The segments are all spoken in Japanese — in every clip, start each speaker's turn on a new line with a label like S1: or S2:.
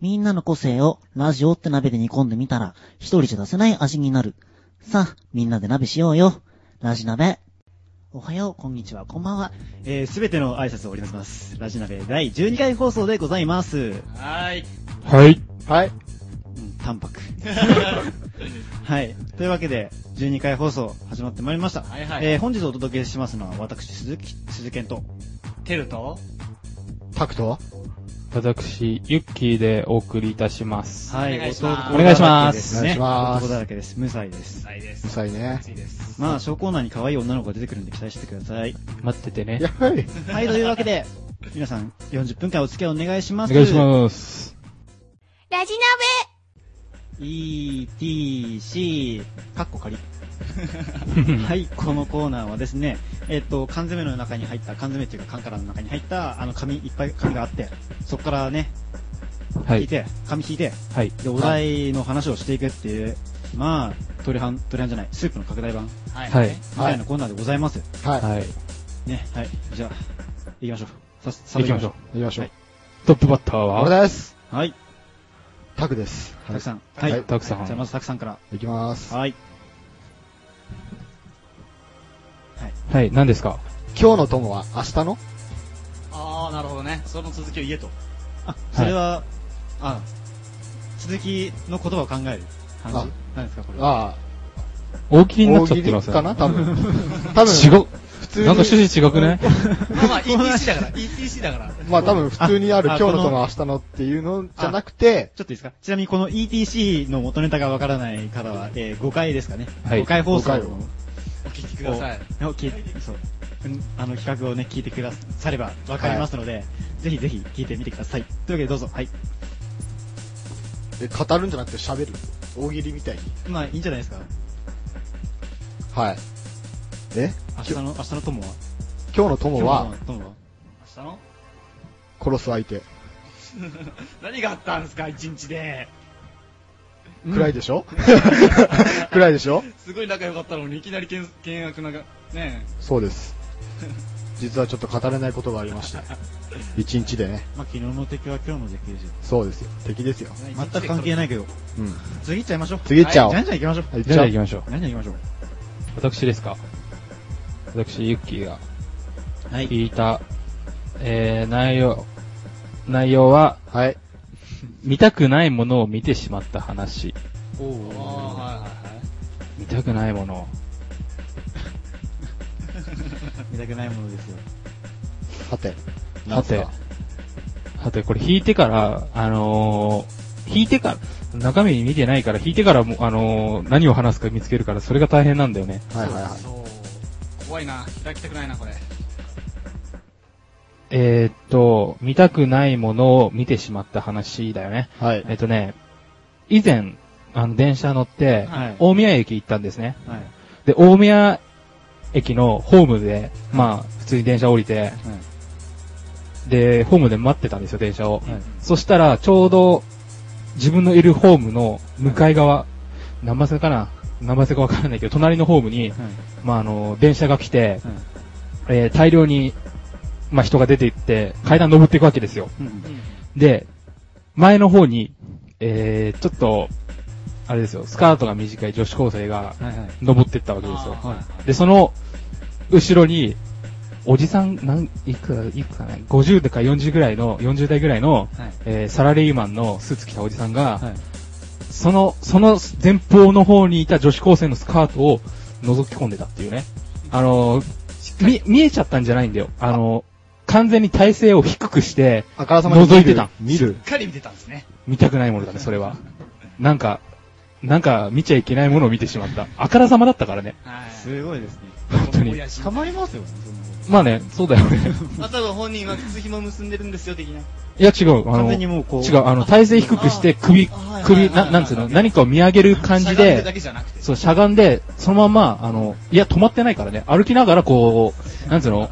S1: みんなの個性をラジオって鍋で煮込んでみたら、一人じゃ出せない味になる。さあ、みんなで鍋しようよ。ラジ鍋。おはよう、こんにちは、こんばんは。
S2: えー、すべての挨拶を織り交ぜます。ラジナベ第12回放送でございます。
S3: はい。
S4: はい。
S5: はい。
S2: うん、淡白。はい。というわけで、12回放送始まってまいりました。
S3: はいはい
S2: えー、本日お届けしますのは、私、鈴木、鈴健と。
S3: テルと
S5: タクトは
S4: 私、ユッキーでお送りいたします。
S2: はい
S3: お願いします
S2: 男
S4: お願いします
S2: 男だらけでね
S5: お願いします
S2: 男だらけです。無罪です。
S3: ないで
S5: うる
S3: す。
S5: さいね。
S3: いです。
S2: まあ、小コーナーに可愛い女の子が出てくるんで期待してください。
S4: 待っててね。
S5: やばい。
S2: はい、というわけで、皆さん、40分間お付き合いお願いし
S4: お
S2: ます。
S4: 願いします。
S6: ラジナ
S2: E, T, C、カッコ 仮。はい、このコーナーはですね、えっと、缶詰の中に入った、缶詰っていうか缶からの中に入った、あの、紙、いっぱい紙があって、そこからね、
S4: は
S2: 引い
S4: い。
S2: て、紙引いて、
S4: はい。
S2: で、お題の話をしていくっていう、まあ、鳥半、鳥半じゃない、スープの拡大版、み
S3: はい。
S4: はい。
S2: たいなコーナーでございます。
S5: はい。
S4: はい。
S2: ね、はい、じゃあ、行きましょう。さ、さ
S4: 行きましょう。
S5: 行きましょ
S2: は
S5: う。
S4: トップバッター
S5: こ
S4: は
S5: れです。
S2: う。はい、
S5: タクです。
S2: たくさ
S5: ん。
S2: ん。はい。
S5: はい
S4: たくさん。
S2: じゃあ、まずたくさんから。
S5: 行きます。
S2: はい。
S4: はい。何ですか
S5: 今日の友は明日の
S3: あー、なるほどね。その続きを言えと。
S2: あ、 それは、あ、鈴木の言葉を考える話
S5: あ
S2: なんですか、これは。
S5: あ
S4: 大喜
S5: あ、
S4: 利になっ
S5: 大
S4: ちゃっ
S5: 喜
S4: て
S5: 利
S4: ます
S5: かな多 分。多分、
S4: 違う。
S5: 普通に。
S4: なんか趣旨違くない
S3: まあまあ、ETC だから。ETC だから。
S5: まあ多分普通にある
S2: あ
S5: 今
S2: あ
S5: 日の
S2: こ
S5: 友
S2: の
S5: は明日のっていうのじゃなくて、
S2: ちょっといいですかちなみにこの ETC の元ネタがわからない方は、えー、5回ですかね。
S4: はい
S2: 5回放
S5: 5
S2: 送
S5: 回
S2: を
S5: を
S3: お聞きください。
S2: を聞いそう。うんあの企画をね、聞いてくださればわかりますので、ぜひぜひ聞いてみてください。というわけでどうぞ。はい。
S5: え語るんじゃなくて喋る。大喜利みたいに。
S2: まあ、いいんじゃないですか
S5: はい。え
S2: 明日の、明日の友は
S5: 今日の友
S2: 今
S5: は
S2: 日の友は
S3: 明日の
S5: 殺す相手。
S3: 何があったんですか、一日で。
S5: 暗いでし ょ暗いでしょ
S3: すごい仲良かったのに、いきなり険険悪なが、ね
S5: そうです。実はちょっと語れないことがありまして。一日でね。
S2: まあ、昨日の敵は今日の敵ですよ。
S5: そうですよ。敵ですよ。
S3: え。
S2: 全く関係
S3: い。
S2: ないけど。
S5: うん。
S2: 次行っちゃいましょう。
S5: 次行っちゃおう
S2: じゃんじゃん行きましょう。
S5: 行っ
S4: じ
S5: ち
S4: ゃ
S5: ゃ
S4: あ
S5: う
S4: 行きましょう。
S2: じゃんじゃん行きましょ
S4: 私ですか私、ユッキーが
S2: う。はい。
S4: 聞いた、えー、内容、内容は、
S5: はい。
S4: 見たくないものを見てしまった話。
S2: お
S3: あー、はいはいはい。
S4: 見たくないものを。
S2: 見たくないものですよ。
S5: はて。
S4: はて、はて、これ引いてから、あのー、引いてから、中身見てないから、引いてからも、あのー、何を話すか見つけるから、それが大変なんだよね。
S5: はいはいはい。
S3: そう。怖いな。開きたくないな、これ。
S4: えー、っと、見たくないものを見てしまった話だよね。
S5: はい。
S4: えっとね、以前、あの、電車乗って、
S2: はい。
S4: 大宮駅行ったんですね。
S2: はい。
S4: で、大宮駅のホームで、まあ、普通に電車降りて、で、ホームで待ってたんですよ、電車を。
S2: はい
S4: そしたら、ちょうど、自分のいるホームの向かい側、何番線かな何番線かわからないけど、隣のホーム
S2: は
S4: に、
S2: い。
S4: まあ、あの、電車が来て、
S2: はい
S4: えー大量に、まあ、人が出て行って、階段登っていくわけですよ。
S2: うん。
S4: で、前の方に、えー、ちょっと、あれですよ、スカートが短い女子高生が
S2: はいはい。
S4: 登ってったわけですよ。
S3: は
S4: で、その、後ろに、おじさん、なん、いくら、いくかね、50代か40ぐらいの、40代ぐらいの、
S2: はい
S4: えーサラリーマンのスーツ着たおじさんが、
S2: はい
S4: その、その前方の方にいた女子高生のスカートを覗き込んでたっていうね。あのー、み、見えちゃったんじゃないんだよ。あのー、完全に体勢を低くして、
S5: あからさまに見る
S4: 覗いてた
S5: 見る。
S3: しっかり見てたんですね。
S4: 見たくないものだね、それは。なんか、なんか見ちゃいけないものを見てしまった。あからさまだったからね。
S3: はい。
S2: すごいですね。
S4: 本当に。
S3: 親父
S2: たまりますよね、
S4: まあね、そうだよね。
S3: まあ、多分本人は靴紐結んでるんですよ、的な。
S4: いや違う、あ
S2: 完
S4: の
S2: 全、にもうこう。
S4: 違う、あの、体勢低くして、首
S3: あはい、は
S4: 首、
S3: いはい
S4: な、なんつう
S3: は
S4: の、
S3: い
S4: 何かを見上げる感じ
S3: しゃがんだ
S4: で、
S3: けじゃなくて。
S4: そう、しゃがんで、そのまんま、あの、いや、止まってないからね、歩きながらこう、なんつうの、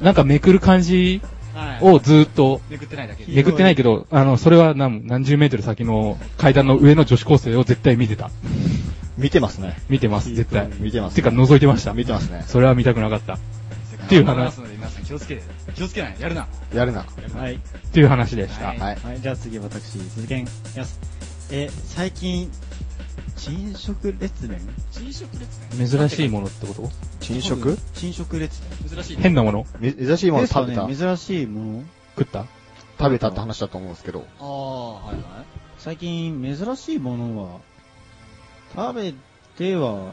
S4: なんかめくる感じ
S3: はい。
S4: をずーっと、
S3: めくってないだけで。
S4: めくってないけど、あの、それは何、何十メートル先の階段の上の女子高生を絶対見てた。
S5: 見てますね。
S4: 見てます、絶対。
S5: 見てます
S4: てか、覗いてました。
S5: 見てますね。
S4: それは見たくなかった。っていう話
S3: ので、皆さん気をつけ、気をつけない。やるな。
S5: やるな。
S3: やるな。
S2: はい。
S4: っていう話でした。
S3: はい
S5: はい。
S2: はい、じゃあ次私、続けんやす。え、最近、沈食列伝
S3: 新色列ね。
S4: 珍しいものってこと
S5: 沈食
S2: 沈食列伝
S3: 珍しいね。
S4: 変なもの
S5: め珍しいもの
S2: ですか
S5: 食べた、
S2: ね、珍しいもの
S4: 食った
S5: 食べたって話だと思うんですけど。
S2: ああ、はいはい。最近、珍しいものは、食べては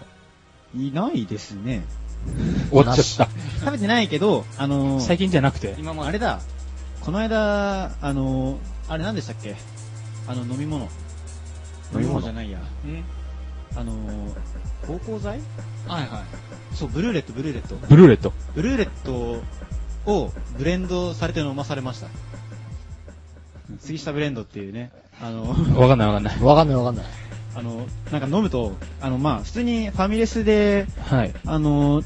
S2: いないですね。
S4: 終わっちゃっ
S2: 食べてないけど、あの
S4: た。
S2: ー
S4: 最近じゃなくて。
S3: 今ま
S2: あ
S3: で。
S2: れだ、この間、あのーあれ何でしたっけあの、飲み物。
S5: 飲み物
S2: 飲み物じゃないや。
S3: うん
S2: あのー、芳香剤
S3: はいはい。
S2: そう、ブルーレット、ブルーレット。
S4: ブルーレット。
S2: ブルーレットをブレンドされて飲まされました。杉下ブレンドっていうね、あの、
S4: わかんないわかんない。
S5: わかんないわかんない。
S2: あの、なんか飲むと、あの、まあ、普通にファミレスで、
S4: はい。
S2: あの、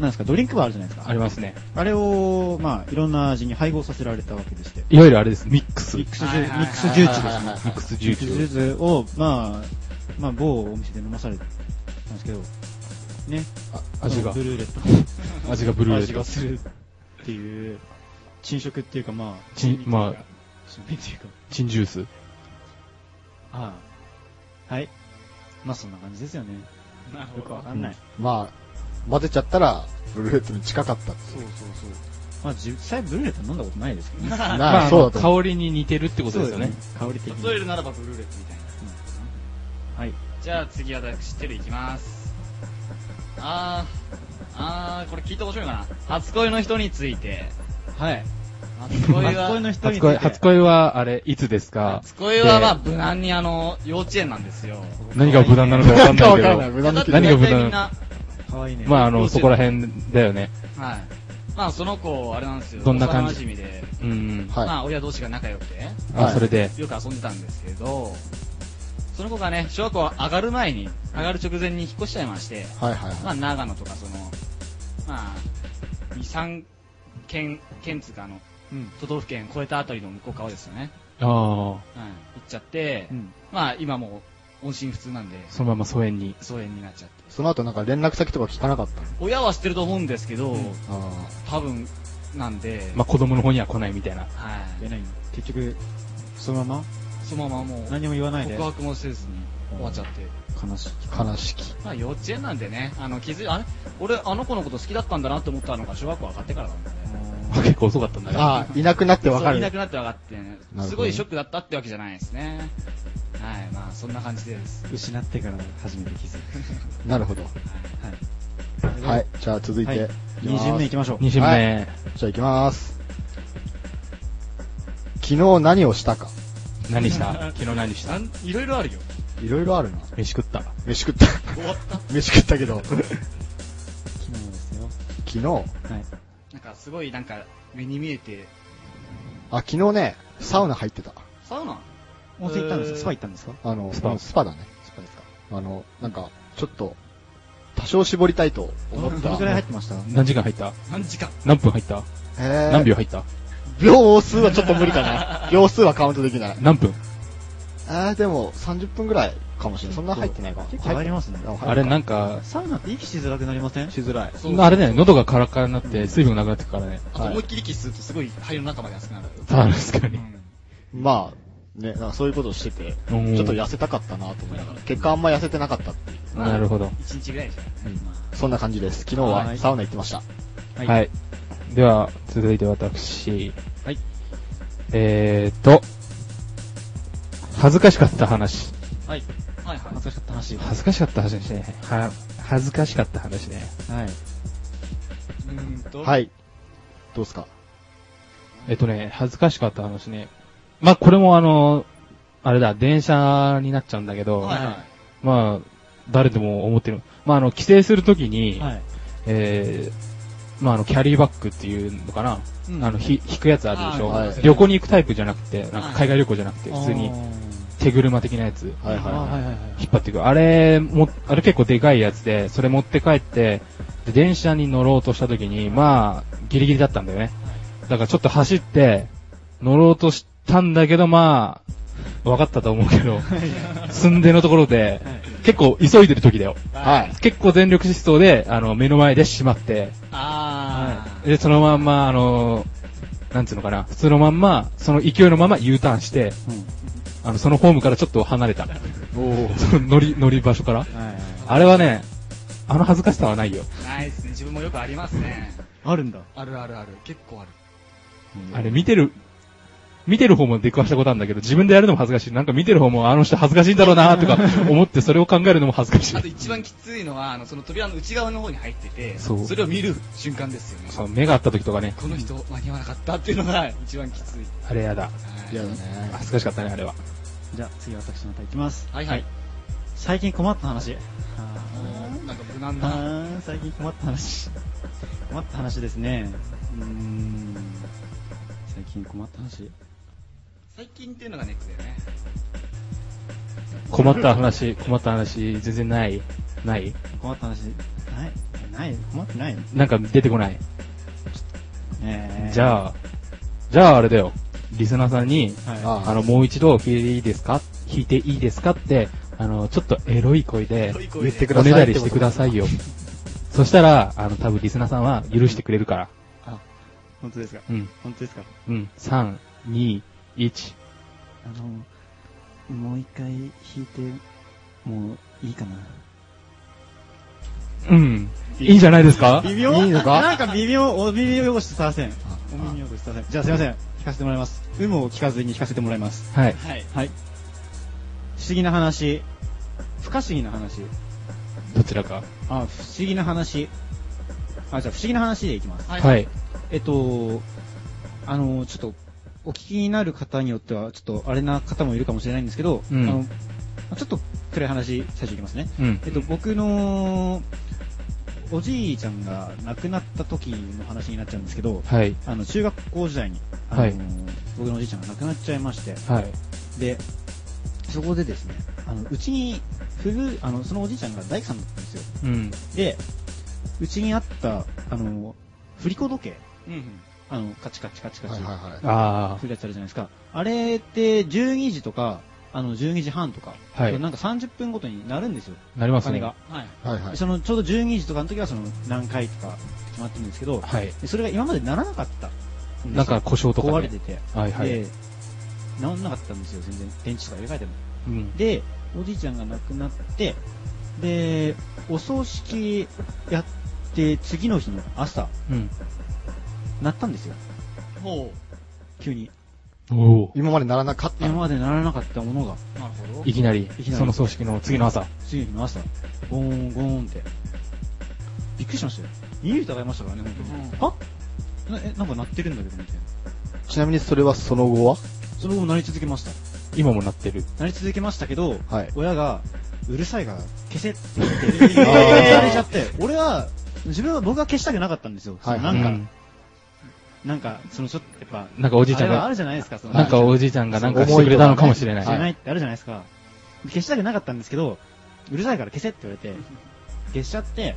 S2: なんですか、ドリンクバーあるじゃないですか。
S4: ありますね。
S2: あれを、まあ、いろんな味に配合させられたわけでして。
S4: いわゆるあれです。ミックス。
S2: ミ
S4: ミ
S2: ックスジ
S3: はい
S2: ュ
S3: はいはい
S2: ミックスジューチですね。
S4: ックス
S2: ミ
S4: ジュ
S2: ックスジ
S4: ー
S2: ューチを、まあ、まあ、某お店で飲まされたんですけど、ね。
S4: 味が
S2: ブルーレット
S4: 味がブル
S2: の
S4: ーレ
S2: 味
S4: ッ
S2: が
S4: ト。
S2: するっていう、沈食っていうか、まあ、
S4: チン、まあ、
S2: 新品っていうか、
S4: チンジュース。
S2: ああ。はい。まあそんな感じですよね。
S3: なるほ
S2: よく
S3: ど
S2: わ。かんない。
S5: まあ、混ぜちゃったら、ブルーレットに近かったっていう。
S2: まあ実際ブルーレット飲んだことないですけどね。
S5: な
S4: まあ、
S5: そうだと思う。
S4: 香りに似てるってことですよね。。
S2: 香り的に。
S3: 例えるならばブルーレットみたいな。
S2: はい。
S3: じゃあ次は私、テルいきます。あー、あー、これ聞いて面白いかな。初恋の人について。
S2: はい。
S3: 初恋は、
S2: 初恋の人につ
S4: 初
S2: い
S4: 恋、
S2: て
S4: 初恋は、あれ、いつですか
S3: 初恋はまあ無難にあの、幼稚園なんですよ。
S4: 何が無難なのかわかんないけど。
S5: 無 駄な気
S4: 何が無
S3: だって大体みん
S4: 難
S3: な
S2: 可愛いね。
S4: まあ、あ
S3: 幼
S4: の、
S3: 稚園
S4: そこら辺だよね。
S3: はい。まあその子、あれなんですよ。
S4: どんな感じ
S3: 幼馴染で。
S4: うん。
S5: は
S3: まあ親同士が仲良くて、
S4: あ、それで。
S3: よく遊んでたんですけど、その子がね、小学校上がる前に、上がる直前に引っ越しちゃいまして、
S5: い。はいはい
S3: ま
S5: は
S3: あ、長野とか、その、まあ、2、3県、県つうか、あの、
S2: うん
S3: 都道府県越えたあたりの向こう側ですよね。
S4: あ
S3: うん。
S4: あ、
S3: 行っちゃって、
S2: うん。
S3: まあ、今もう、音信不通なんで、
S4: そのまま疎遠に。
S3: 疎遠になっちゃって。
S5: い。その後なんか連絡先とか聞かなかったの
S3: 親は知ってると思うんですけど、
S5: あ
S3: 多分、なんで、
S4: まあ、子供の方には来ないみたいな。
S3: はい。
S2: でない結局、そのまま
S3: そのままもう、
S2: 何も言わないで
S3: 告。白もせずに終わっちゃって。
S2: 悲しい。
S5: あ、悲しき。
S3: まあ、幼稚園なんでね、あの、気づい、あれ俺、あの子のこと好きだったんだなって思ったのが、小学校上がってからなんでね。
S4: 結構遅かったんだね。
S5: ああ、いなくなってわか
S3: そういな
S5: る。
S3: くなって分かって、ね
S5: ほど、ね
S3: すごいショックだったってわけじゃないですね。はい、まあそんな感じです。
S2: 失ってから初めて気づく。
S5: なるほど。
S2: は。
S5: はいい。じゃあ続い
S2: は
S5: て
S2: い。二巡目行きましょう。
S4: 2週目、
S5: はいじゃあ行きます。昨日何をしたか。
S4: 何した昨日何した
S3: なんいろいろあるよ。
S5: いろいろあるな。
S4: 飯食った。
S5: 飯食った。
S3: 終わった。
S5: 飯食ったけど。昨
S2: 昨日ですよ。
S5: 日。
S2: はい。
S3: なんかすごいなんか目に見えて、
S5: あ、昨日ね、サウナ入ってた。
S3: サウナ
S2: 温泉行ったんですか
S3: えー
S2: スパ行ったんですか
S5: あの、
S4: スパ
S5: うんスパだね。
S2: スパですか
S5: あの、なんか、ちょっと、多少絞りたいと思っ
S2: どの
S5: た
S2: く。らい入ってました
S4: 何時間入った
S3: 何時間
S4: 何分入った
S5: えー
S4: 何秒入った
S5: 秒数はちょっと無理か な。秒数はカウントできない。
S4: 何分
S5: えー、でも、30分ぐらいかもしれない。そんな入ってないかな。
S2: 結構入りますね。
S5: 入って
S4: あれなんか、
S2: サウナって息しづらくなりません
S5: しづらい。
S4: あれだよね、喉がカラカラになって、水分がなくなってくからね。
S3: あと思いっきりキスするとすごい肺の中まで熱くなる。
S4: あ、確か
S3: う
S4: に。
S3: ん。
S5: まあ、ね、なんかそういうことをしてて、
S4: おー
S5: ちょっと痩せたかったなと思いながら。結果あんま痩せてなかったっていう。
S4: なるほど。
S3: 一日ぐらいでしょ。
S5: そんな感じです。昨日
S2: は
S5: はいサウナ行ってました。
S2: はい
S4: はい。では、続いて私。
S2: はい。
S4: えーと、恥ずかしかった話。
S2: はい。
S3: はいはい。
S2: 恥ずかしかった話。
S4: 恥ずかしかった話ですね。は、恥ずかしかった話ね。
S2: はい。
S3: うーんと。。
S5: はいい。どうすか
S4: えっとね、恥ずかしかった話ね。まあ、これもあの、あれだ、電車になっちゃうんだけど、
S3: はいはい。
S4: まあ、誰でも思ってる。まあ、あの、帰省するときに、
S2: はい。
S4: えー、まあ、あの、キャリーバッグっていうのかな、
S2: うん
S4: あの、ひ、引くやつあるでしょ、
S5: あーはい
S4: 旅行に行くタイプじゃなくて、なんか海外旅行じゃなくて、普通に
S2: あ
S4: 手車的なやつ、
S5: は
S2: ー
S5: いは
S2: はいはいはい。
S4: 引っ張っていく。あれも、あれ結構でかいやつで、それ持って帰って、で、電車に乗ろうとした時に、まあ、ギリギリだったんだよね。だからちょっと走って、乗ろうとしたんだけど、まあ、分かったと思うけど、寸でのところで、結構急いでる時だよ。
S5: い。はい。
S4: 結構全力疾走で、あの、目の前で閉まって、
S3: あ
S4: はい。で、そのまんま、あのーなんつうのかな、普通のまんま、その勢いのまま U ターンして、あの、そのホームからちょっと離れた。
S5: おお。
S4: その乗り、乗り場所から。
S2: はいはい
S4: あれはね、あの恥ずかしさはないよ。
S3: ないですね。自分もよくありますね。
S2: あるんだ。
S3: あるあるある。結構ある。
S4: あれ見てる、見てる方も出くわしたことあるんだけど、自分でやるのも恥ずかしい。なんか見てる方もあの人恥ずかしいんだろうなとか思って、それを考えるのも恥ずかし
S3: あと
S4: い。
S3: 一番きついのは、あの、その扉の内側の方に入ってて、
S4: そ
S3: そうれを見る瞬間ですよね。
S4: そう、目が合った時とかね、
S3: この人間に合わなかったっていうのが一番きつい。
S4: あれやだ。
S3: はい
S5: 嫌だね。
S4: 恥ずかしかったね、あれは。
S2: じゃあ次私の歌いきます。
S3: はいはい。
S2: 最近困った話。
S3: なんか無難
S2: あ
S3: な。
S2: ー最近困った話。困った話ですね。うーん。最近困った話。
S3: 最近っていうのがネックだよね。
S4: 困った話、困った話、全然ない。ない。
S2: 困った話。ない。ない。困ってない。
S4: なんか出てこない。
S2: えー、
S4: じゃあ、じゃああれだよ。リスナーさんに、
S2: あ、はい。
S5: あ
S4: あの、もう一度弾いていいですか弾いていいですかって、あの、ちょっとエロい声で、
S3: い
S5: 言ってくだ
S4: お
S5: さ
S4: ね
S5: い。
S4: だりしてくださいよ。そしたら、あの、多分リスナーさんは許してくれるから。
S2: 本当ですか
S4: うん。
S2: 本当ですか
S4: うん。3、2、1。
S2: あの、もう一回弾いて、もういいかな。
S4: うん。いいじゃないですか
S2: 微妙
S5: いいのか
S2: なんか微妙、お耳汚しさせん。お耳汚しさせん。じゃあすいません。聞かせてもらいます。有無を聞かずに聞かせてもらいます。
S4: はい。
S3: はい。
S2: はい。不思議な話。不可思議な話。
S4: どちらか。
S2: あ、不思議な話。あ、じゃあ不思議な話でいきます。
S3: は
S4: はい。
S2: えっと、あの、ちょっと、お聞きになる方によっては、ちょっと、あれな方もいるかもしれないんですけど、
S4: うん
S2: あの、ちょっと暗い話、最初いきますね。
S4: うん。
S2: えっと、僕の、おじいちゃんが亡くなった時の話になっちゃうんですけど、
S4: はい。
S2: あの、中学校時代に、あの、
S4: はい
S2: 僕のおじいちゃんが亡くなっちゃいまして、
S4: はい。
S2: で、そこでですね、あの、うちに、古い、あの、そのおじいちゃんが大工さんだったんですよ。
S4: うん。
S2: で、うちにあった、あの、振り子時計、
S3: うんうん。
S2: あの、カチカチカチカ
S5: はい
S2: チ、
S5: はいはい。
S4: あ
S2: 振るやつあるじゃないですか。あれって、12時とか、あの、12時半とか、
S4: あ。はい。
S2: なんか30分ごとになるんですよ、
S4: なり
S2: お
S4: ます
S2: 金
S4: ね。
S2: が。
S3: はい。
S5: はいはい。
S2: そのちょうど12時とかの時はその何回とか決まってるんですけど、
S4: はい。
S2: それが今までならなかったですよ
S4: なんか故障とか
S2: 壊れ。
S4: ね
S2: てて、
S4: はいはい。
S2: で、治んなかったんですよ、全然。電池とか入れ替えても。
S4: うん。
S2: で、おじいちゃんが亡くなって、で、お葬式やって、次の日の朝、
S4: うん。
S2: なったんですよ、
S3: ほ
S2: 急に。
S4: おお。
S5: 今までならなかった
S2: 今。までならなかったものが、
S3: う。なるほど。
S4: いきなり
S2: いきな、り
S4: その葬式の次の朝。
S2: 次の日の朝、ゴーンゴーンって。びっくりしましたよ。耳疑いましたからね、本当に。あなえ、なんか鳴ってるんだけど、みたいな。
S5: ちなみにそれはその後は
S2: その後も鳴り続けました。
S4: 今もなってる。
S2: なり続けましたけど、
S5: はい。
S2: 親が、うるさいから、消せって言って、消 されちゃって、俺は、自分は、僕は消したくなかったんですよ。
S5: はい
S2: そのな
S4: うんん
S2: か、なんか、そのちょっと、やっぱ、
S4: なんかおじいちゃん
S2: あれはあ
S4: が、
S2: るじゃないですか、その、
S4: なんかおじいちゃんがなんかしてくれたのかもしれない。
S2: 知らないってあるじゃないですか。消したくなかったんですけど、うるさいから消せって言われて、消しちゃって、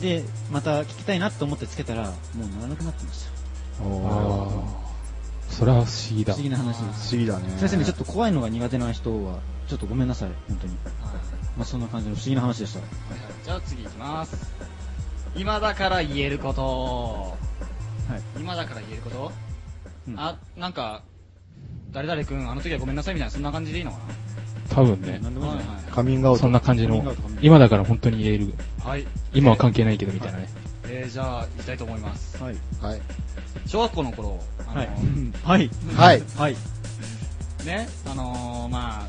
S2: で、また聞きたいなと思ってつけたら、もう鳴らなくなってました。
S5: おー
S4: ああ。それは不思議
S2: 不
S4: だ
S2: 思。議な話で
S5: 不
S2: す。
S5: 思議だね。
S2: 先生ね、ちょっと怖いのが苦手な人は、ちょっとごめんなさい、本当に。まあ、そんな感じの不思議な話でした。
S3: はいはいじゃあ次行きます。今だから言えること。はい。今だから言えること、
S2: うん
S3: あ、なんか、誰々君、あの時はごめんなさいみたいな、そんな感じでいいのか
S4: 多分ね。
S2: なんで
S3: な
S2: もいいじゃない。
S5: カミングアウ
S4: そ
S5: ト
S4: ん。な感じ
S2: カミングア
S4: の
S2: ウトカミングアウ、ト
S4: 今だから本当に言える。
S3: はい。はい。
S4: 今は関係ないけどみたいなね。
S3: えー、じゃあ、行きたいと思います。
S2: はい。
S5: はい。
S3: 小学校の頃、あの、
S2: はい。はい。
S5: はい。
S2: はい。
S3: ね、あのー、まあ、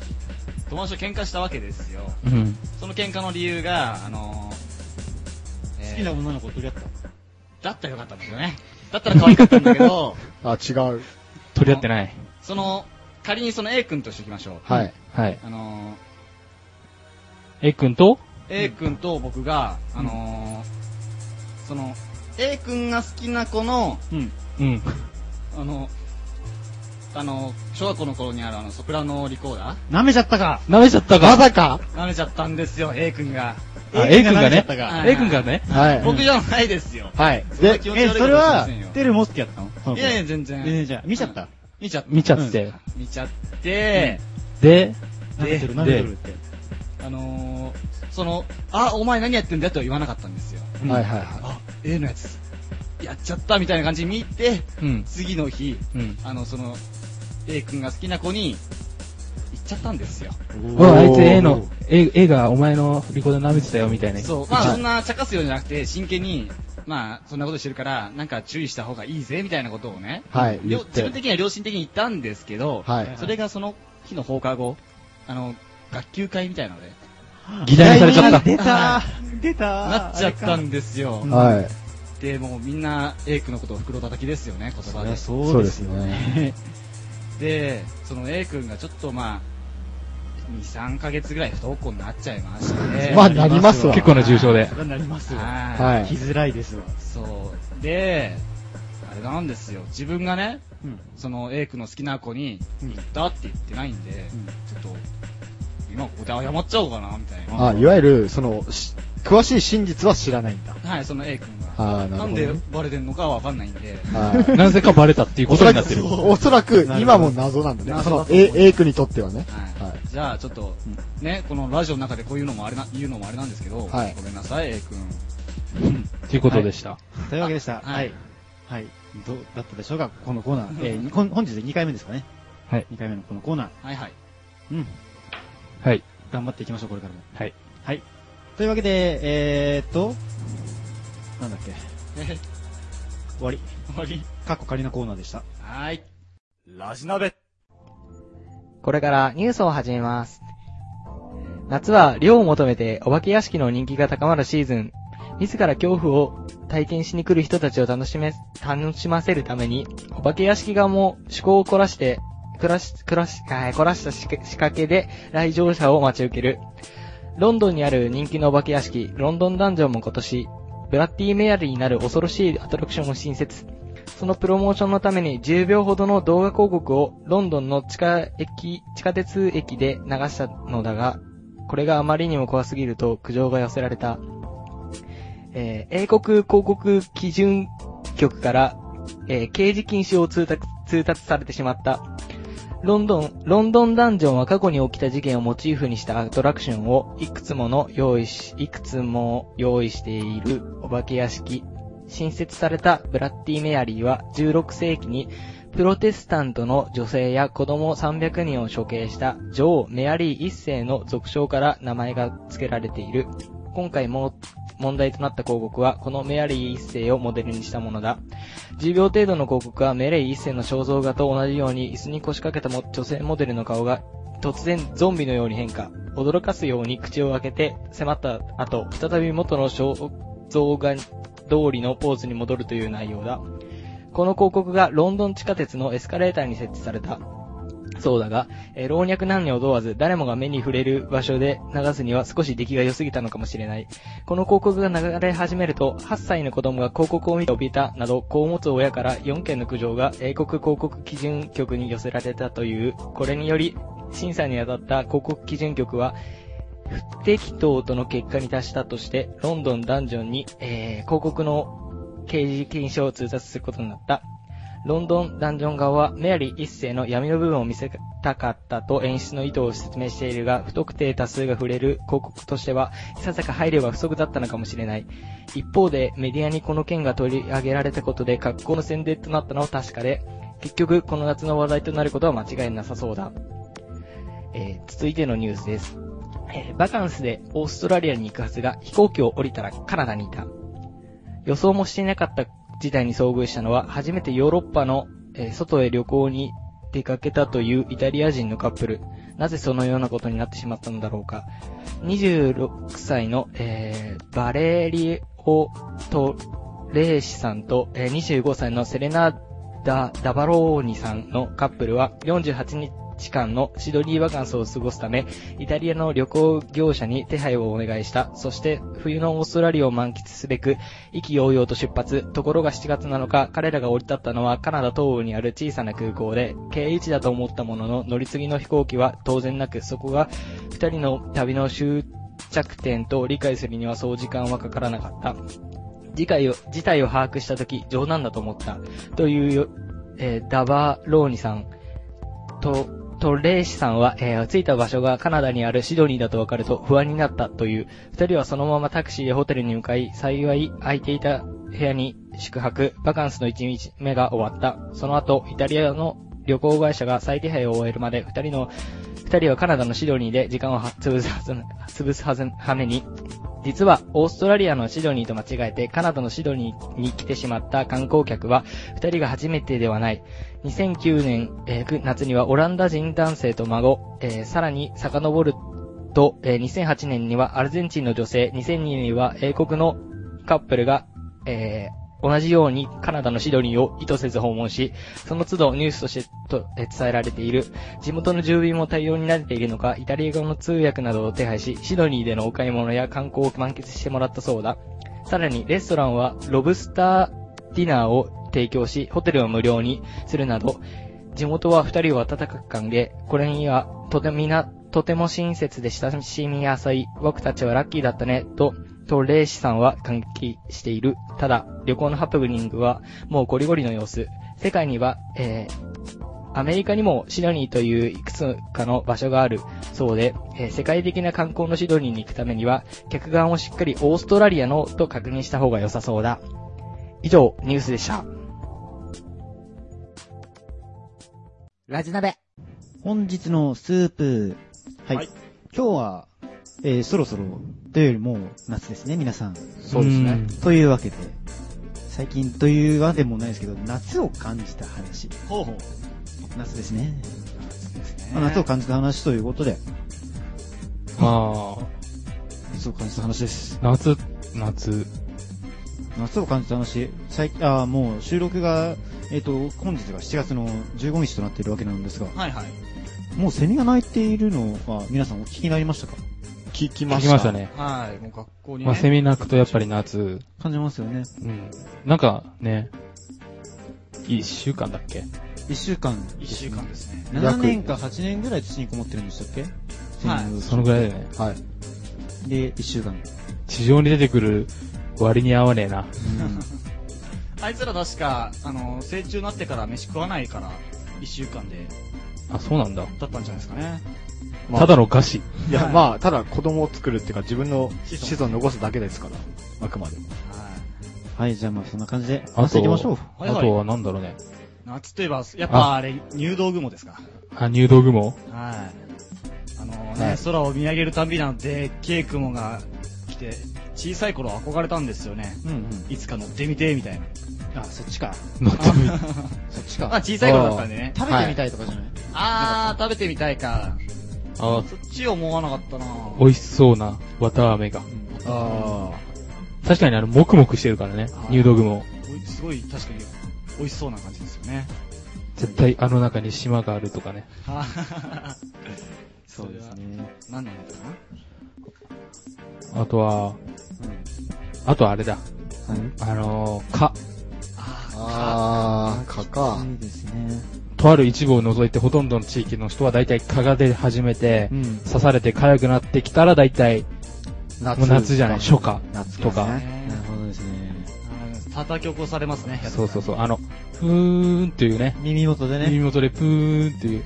S3: 友達と喧嘩したわけですよ。
S4: うん。
S3: その喧嘩の理由が、あのー、えー
S2: 好きな女の子を取り合った。
S3: だったらよかったんですよね。だったら可愛かったんだけ ど、
S5: あ、違う。
S4: 取り合ってない。
S3: その、仮にその A 君としておきましょう。
S5: はい。
S4: はい。
S3: あの
S4: A 君と、
S3: ー、A 君と僕が、あのー、その、A 君が好きな子の、
S2: うん。
S4: うん。
S3: あの、あの、小学校の頃にあるあの、ソプラノリコーダー
S2: 舐めちゃったか
S4: 舐めちゃった
S5: ま
S4: か。
S5: さか
S3: 舐めちゃったんですよ、A 君が。
S4: あ、A 君
S2: 舐め
S4: が
S2: ちゃ
S4: ね
S2: っ。たか
S3: はい
S4: A 君がね。
S5: はい。
S3: 僕じゃないですよ。
S5: はい。
S3: そんな
S5: で、
S3: 気持ち
S2: え、
S3: 悪い
S2: そ
S3: こと
S2: れ
S3: はしま
S2: は
S3: せんよ、
S2: テルモスキやったのその
S3: い
S2: 子
S3: やいや、全然。
S2: 全然じゃあ見ちゃった。
S3: 見ちゃった。
S4: 見ちゃって。
S3: 見ちゃって、
S4: で、
S2: 舐めてる、
S4: で
S2: 舐めてるって。
S3: あのー、その、あ、お前何やってんだよとは言わなかったんですよ。
S5: はいはいはい。
S3: あ、A のやつ。やっちゃったみたいな感じに見て、
S4: うん。
S3: 次の日、
S4: うん。
S3: あの、その、A 君が好きな子に、行っちゃったんですよ。
S4: おいあいつ A の、A, A がお前のリコーダー舐めてたよみたいな。
S3: そう。まあ、そんな茶化すようじゃなくて、真剣に、まあ、そんなことしてるから、なんか注意した方がいいぜ、みたいなことをね、
S5: はい、
S3: りょ
S5: 言っ
S3: 自分
S5: て。
S3: 的には良心的に言ったんですけど、
S5: はい。
S3: それがその日の放課後、あの、学級会みたいなので、
S4: 議題にされちゃった。
S2: 出た出た
S3: なっちゃったんですよ。
S5: はい。
S3: で、もうみんな、エイクのことを袋叩きですよね、言葉で。
S5: そうですね。
S3: で、その A 君がちょっとまあ、2、3ヶ月ぐらい不登校になっちゃいまして。
S5: まあ、なりますわ。
S4: 結構な重症で
S2: そ。れはなりますわ。
S3: は。
S5: はい
S2: 来
S5: い。
S2: づらいですわ。
S3: そう。で、あれなんですよ。自分がね、その A 君の好きな子に、
S2: うん
S3: 行ったって言ってないんで、ちょっと、今ここで謝っちゃおうかな、みたいな。
S5: あ、いわゆる、その、し詳しい真実は知らないんだ。
S3: はい、その A 君が。
S5: ああ、なる
S3: な
S5: ほ
S3: ん
S5: ど
S3: で
S5: ね。
S3: バレてんのかわかんないんで。
S5: はい。
S4: なぜかバレたっていうことになってる。
S5: おそらく、今も謎なんだね。その、A、A 君にとってはね。
S3: はい
S5: は
S3: じゃあ、ちょっと、ね、このラジオの中でこういうのもあれな、言うのもあれなんですけど、
S5: はい
S3: ごめんなさい、A 君。
S4: っていうことでした。
S2: というわけでした。はい。。はい。どうだったでしょうかこのコーナー。えー、こん本日で2回目ですかね。
S4: はい。
S2: 2回目のこのコーナー。
S3: はいはい。
S2: うん。
S4: はい。
S2: 頑張っていきましょう、これからも。
S4: はい。
S2: はい。というわけで、えーっと、なんだっけ。
S3: え
S2: 終わり。
S3: 終わり。
S2: かっこ仮のコーナーでした。
S3: はーい。ラジナベ。
S6: これからニュースを始めます。夏は涼を求めてお化け屋敷の人気が高まるシーズン。自ら恐怖を体験しに来る人たちを楽しめ、楽しませるために、お化け屋敷側も趣向を凝らして、暮らし、暮らし、あー凝らした仕掛仕掛けで来場者を待ち受ける。ロンドンにある人気のお化け屋敷、ロンドンダンジョンも今年、ブラッディメアリーになる恐ろしいアトラクションを新設。そのプロモーションのために10秒ほどの動画広告をロンドンの地下駅、地下鉄駅で流したのだが、これがあまりにも怖すぎると苦情が寄せられた。えー英国広告基準局から、えー刑事禁止を通達通達されてしまった。ロンドン、ロンドンダンジョンは過去に起きた事件をモチーフにしたアトラクションをいくつもの用意し、いくつも用意しているお化け屋敷新設されたブラッディ・メアリーは16世紀にプロテスタントの女性や子供300人を処刑した女王メアリー一世の俗称から名前が付けられている。今回も問題となった広告はこのメアリー一世をモデルにしたものだ。10秒程度の広告はメレー一世の肖像画と同じように椅子に腰掛けたも女性モデルの顔が突然ゾンビのように変化。驚かすように口を開けて迫った後、再び元の肖像画通りのポーズに戻るという内容だ。この広告がロンドン地下鉄のエスカレーターに設置された。そうだが、えー老若男女を問わず誰もが目に触れる場所で流すには少し出来が良すぎたのかもしれない。この広告が流れ始めると、8歳の子供が広告を見て怯えたなど、子を持つ親から4件の苦情が英国広告基準局に寄せられたという、これにより、審査に当たった広告基準局は、不適当との結果に達したとして、ロンドンダンジョンに、えー広告の刑事禁止を通達することになった。ロンドンダンジョン側はメアリー一世の闇の部分を見せたかったと演出の意図を説明しているが、不特定多数が触れる広告としては、いささか配慮が不足だったのかもしれない。一方で、メディアにこの件が取り上げられたことで、格好の宣伝となったのは確かで、結局、この夏の話題となることは間違いなさそうだ。えー続いてのニュースです。えーバカンスでオーストラリアに行くはずが飛行機を降りたらカナダにいた。予想もしていなかった事態に遭遇したのは初めてヨーロッパの、えー外へ旅行に出かけたというイタリア人のカップル。なぜそのようなことになってしまったのだろうか。26歳の、えーバレリオ・トレーシさんと、えー25歳のセレナ・ダ・ダバローニさんのカップルは48日間のシドニーバカンスを過ごすため、イタリアの旅行業者に手配をお願いした。そして、冬のオーストラリアを満喫すべく、意気揚々と出発。ところが7月7日、彼らが降り立ったのはカナダ東部にある小さな空港で、経由地だと思ったものの、乗り継ぎの飛行機は当然なく、そこが2人の旅の終着点と理解するにはそう時間はかからなかった。次回を、事態を把握したとき、冗談だと思った。というよ、えーダバローニさんと、トレイシさんは、えー着いた場所がカナダにあるシドニーだと分かると不安になったという、二人はそのままタクシーでホテルに向かい、幸い空いていた部屋に宿泊、バカンスの一日目が終わった。その後、イタリアの旅行会社が再手配を終えるまで、二人の、二人はカナダのシドニーで時間をは潰すはず、潰すはず、はめに、実はオーストラリアのシドニーと間違えてカナダのシドニーに来てしまった観光客は2人が初めてではない2009年、えー夏にはオランダ人男性と孫、えーさらに遡ると、えー2008年にはアルゼンチンの女性2002年には英国のカップルが、えー同じようにカナダのシドニーを意図せず訪問し、その都度ニュースとしてとえー伝えられている。地元の住民も対応に慣れているのか、イタリア語の通訳などを手配し、シドニーでのお買い物や観光を満喫してもらったそうだ。さらに、レストランはロブスターディナーを提供し、ホテルは無料にするなど、地元は二人を温かく歓迎。これには、とてもみな、とても親切で親しみが浅い、僕たちはラッキーだったね、と、と、レイシさんは歓喜している。ただ、旅行のハプニングは、もうゴリゴリの様子。世界には、えー、アメリカにもシドニーといういくつかの場所があるそうで、えー世界的な観光のシドニーに行くためには、客眼をしっかりオーストラリアのと確認した方が良さそうだ。以上、ニュースでした。
S1: ラジナベ。
S2: 本日のスープ。はい。今日は、えー、そろそろ、というよりもう夏ですね、皆さん。
S5: そうですね。
S2: というわけで、最近というわけでもないですけど、夏を感じた話。
S3: ほうほう。
S2: 夏ですね。
S3: ですね
S2: まあ夏を感じた話ということで、
S4: ああ、
S2: 夏を感じた話です。
S4: 夏、夏。
S2: 夏を感じた話、最近、あーもう収録が、えっ、と、本日が7月の15日となっているわけなんですが、
S3: はいはい。
S2: もうセミが鳴いているのは皆さんお聞きになりましたか
S5: 聞きま
S4: 聞
S5: し
S4: き
S5: た。
S4: ましたね。
S3: はい、もう学校にね。
S4: まあ、セミ鳴くとやっぱり夏。
S2: 感じますよね。
S4: うん。なんかね、一週間だっけ
S2: 1週間、
S3: 一週間ですね。
S2: 7年か8年ぐらい土にこもってるんでしたっけ
S3: はい
S2: セミの
S4: そのぐらいだよね。
S5: はい。
S2: で、1週間。
S4: 地上に出てくる割に合わねえな。
S3: あいつら確か、あの、成虫になってから飯食わないから、一週間で、
S4: あ、そうなんだ。
S3: だったんじゃないですかね。
S5: まあ
S4: ただの餓死。
S5: いや、まあ、ただ子供を作るっていうか、自分の子孫を残すだけですから、あくまでも。
S3: は
S2: はい、じゃあまあそんな感じで、
S4: あと
S2: 話していきましょう。
S3: はいはい
S4: あとはなんだろうね。
S3: い。夏といえば、やっぱあれ、入道雲ですか。
S4: あ、入道雲
S3: はい。あのね、
S4: はい
S3: 空を見上げるたんびなんて、でっけえ雲が来て、小さい頃憧れたんですよね。
S2: うんうん。
S3: いつか乗ってみて、みたいな。
S2: あ、そっちか。
S4: 乗ってみる
S2: そっち
S3: まあ
S2: か。
S3: 小さい頃だったんでね。
S2: 食べてみたいとかじゃない、
S3: あー、食べてみたいか。
S4: あ、
S3: そっち思わなかったな
S4: 美味しそうな綿飴が。
S5: あ
S4: 確かにあの、もくもくしてるからね
S3: あ。ー
S4: 入道雲。
S3: すごい、確かに、美味しそうな感じですよね。
S4: 絶対あの中に島があるとかね。
S3: はははは
S2: そうです。ね。
S3: それは何なんだろうな。
S4: あとは、あとはあれだ。あのー、蚊。
S5: あー、かか。
S2: いいですね。
S4: とある一部を除いてほとんどの地域の人は大体蚊が出始めて、
S2: うん。
S4: 刺されて痒くなってきたら大体、
S5: 夏
S4: もう夏じゃない、初夏。
S5: 夏
S4: とか
S2: なるほどですね。
S3: うん叩き起こされますね。
S4: そうそうそう、あの、ふーんっていうね、
S2: 耳元でね。
S4: 耳元でプーンっていう、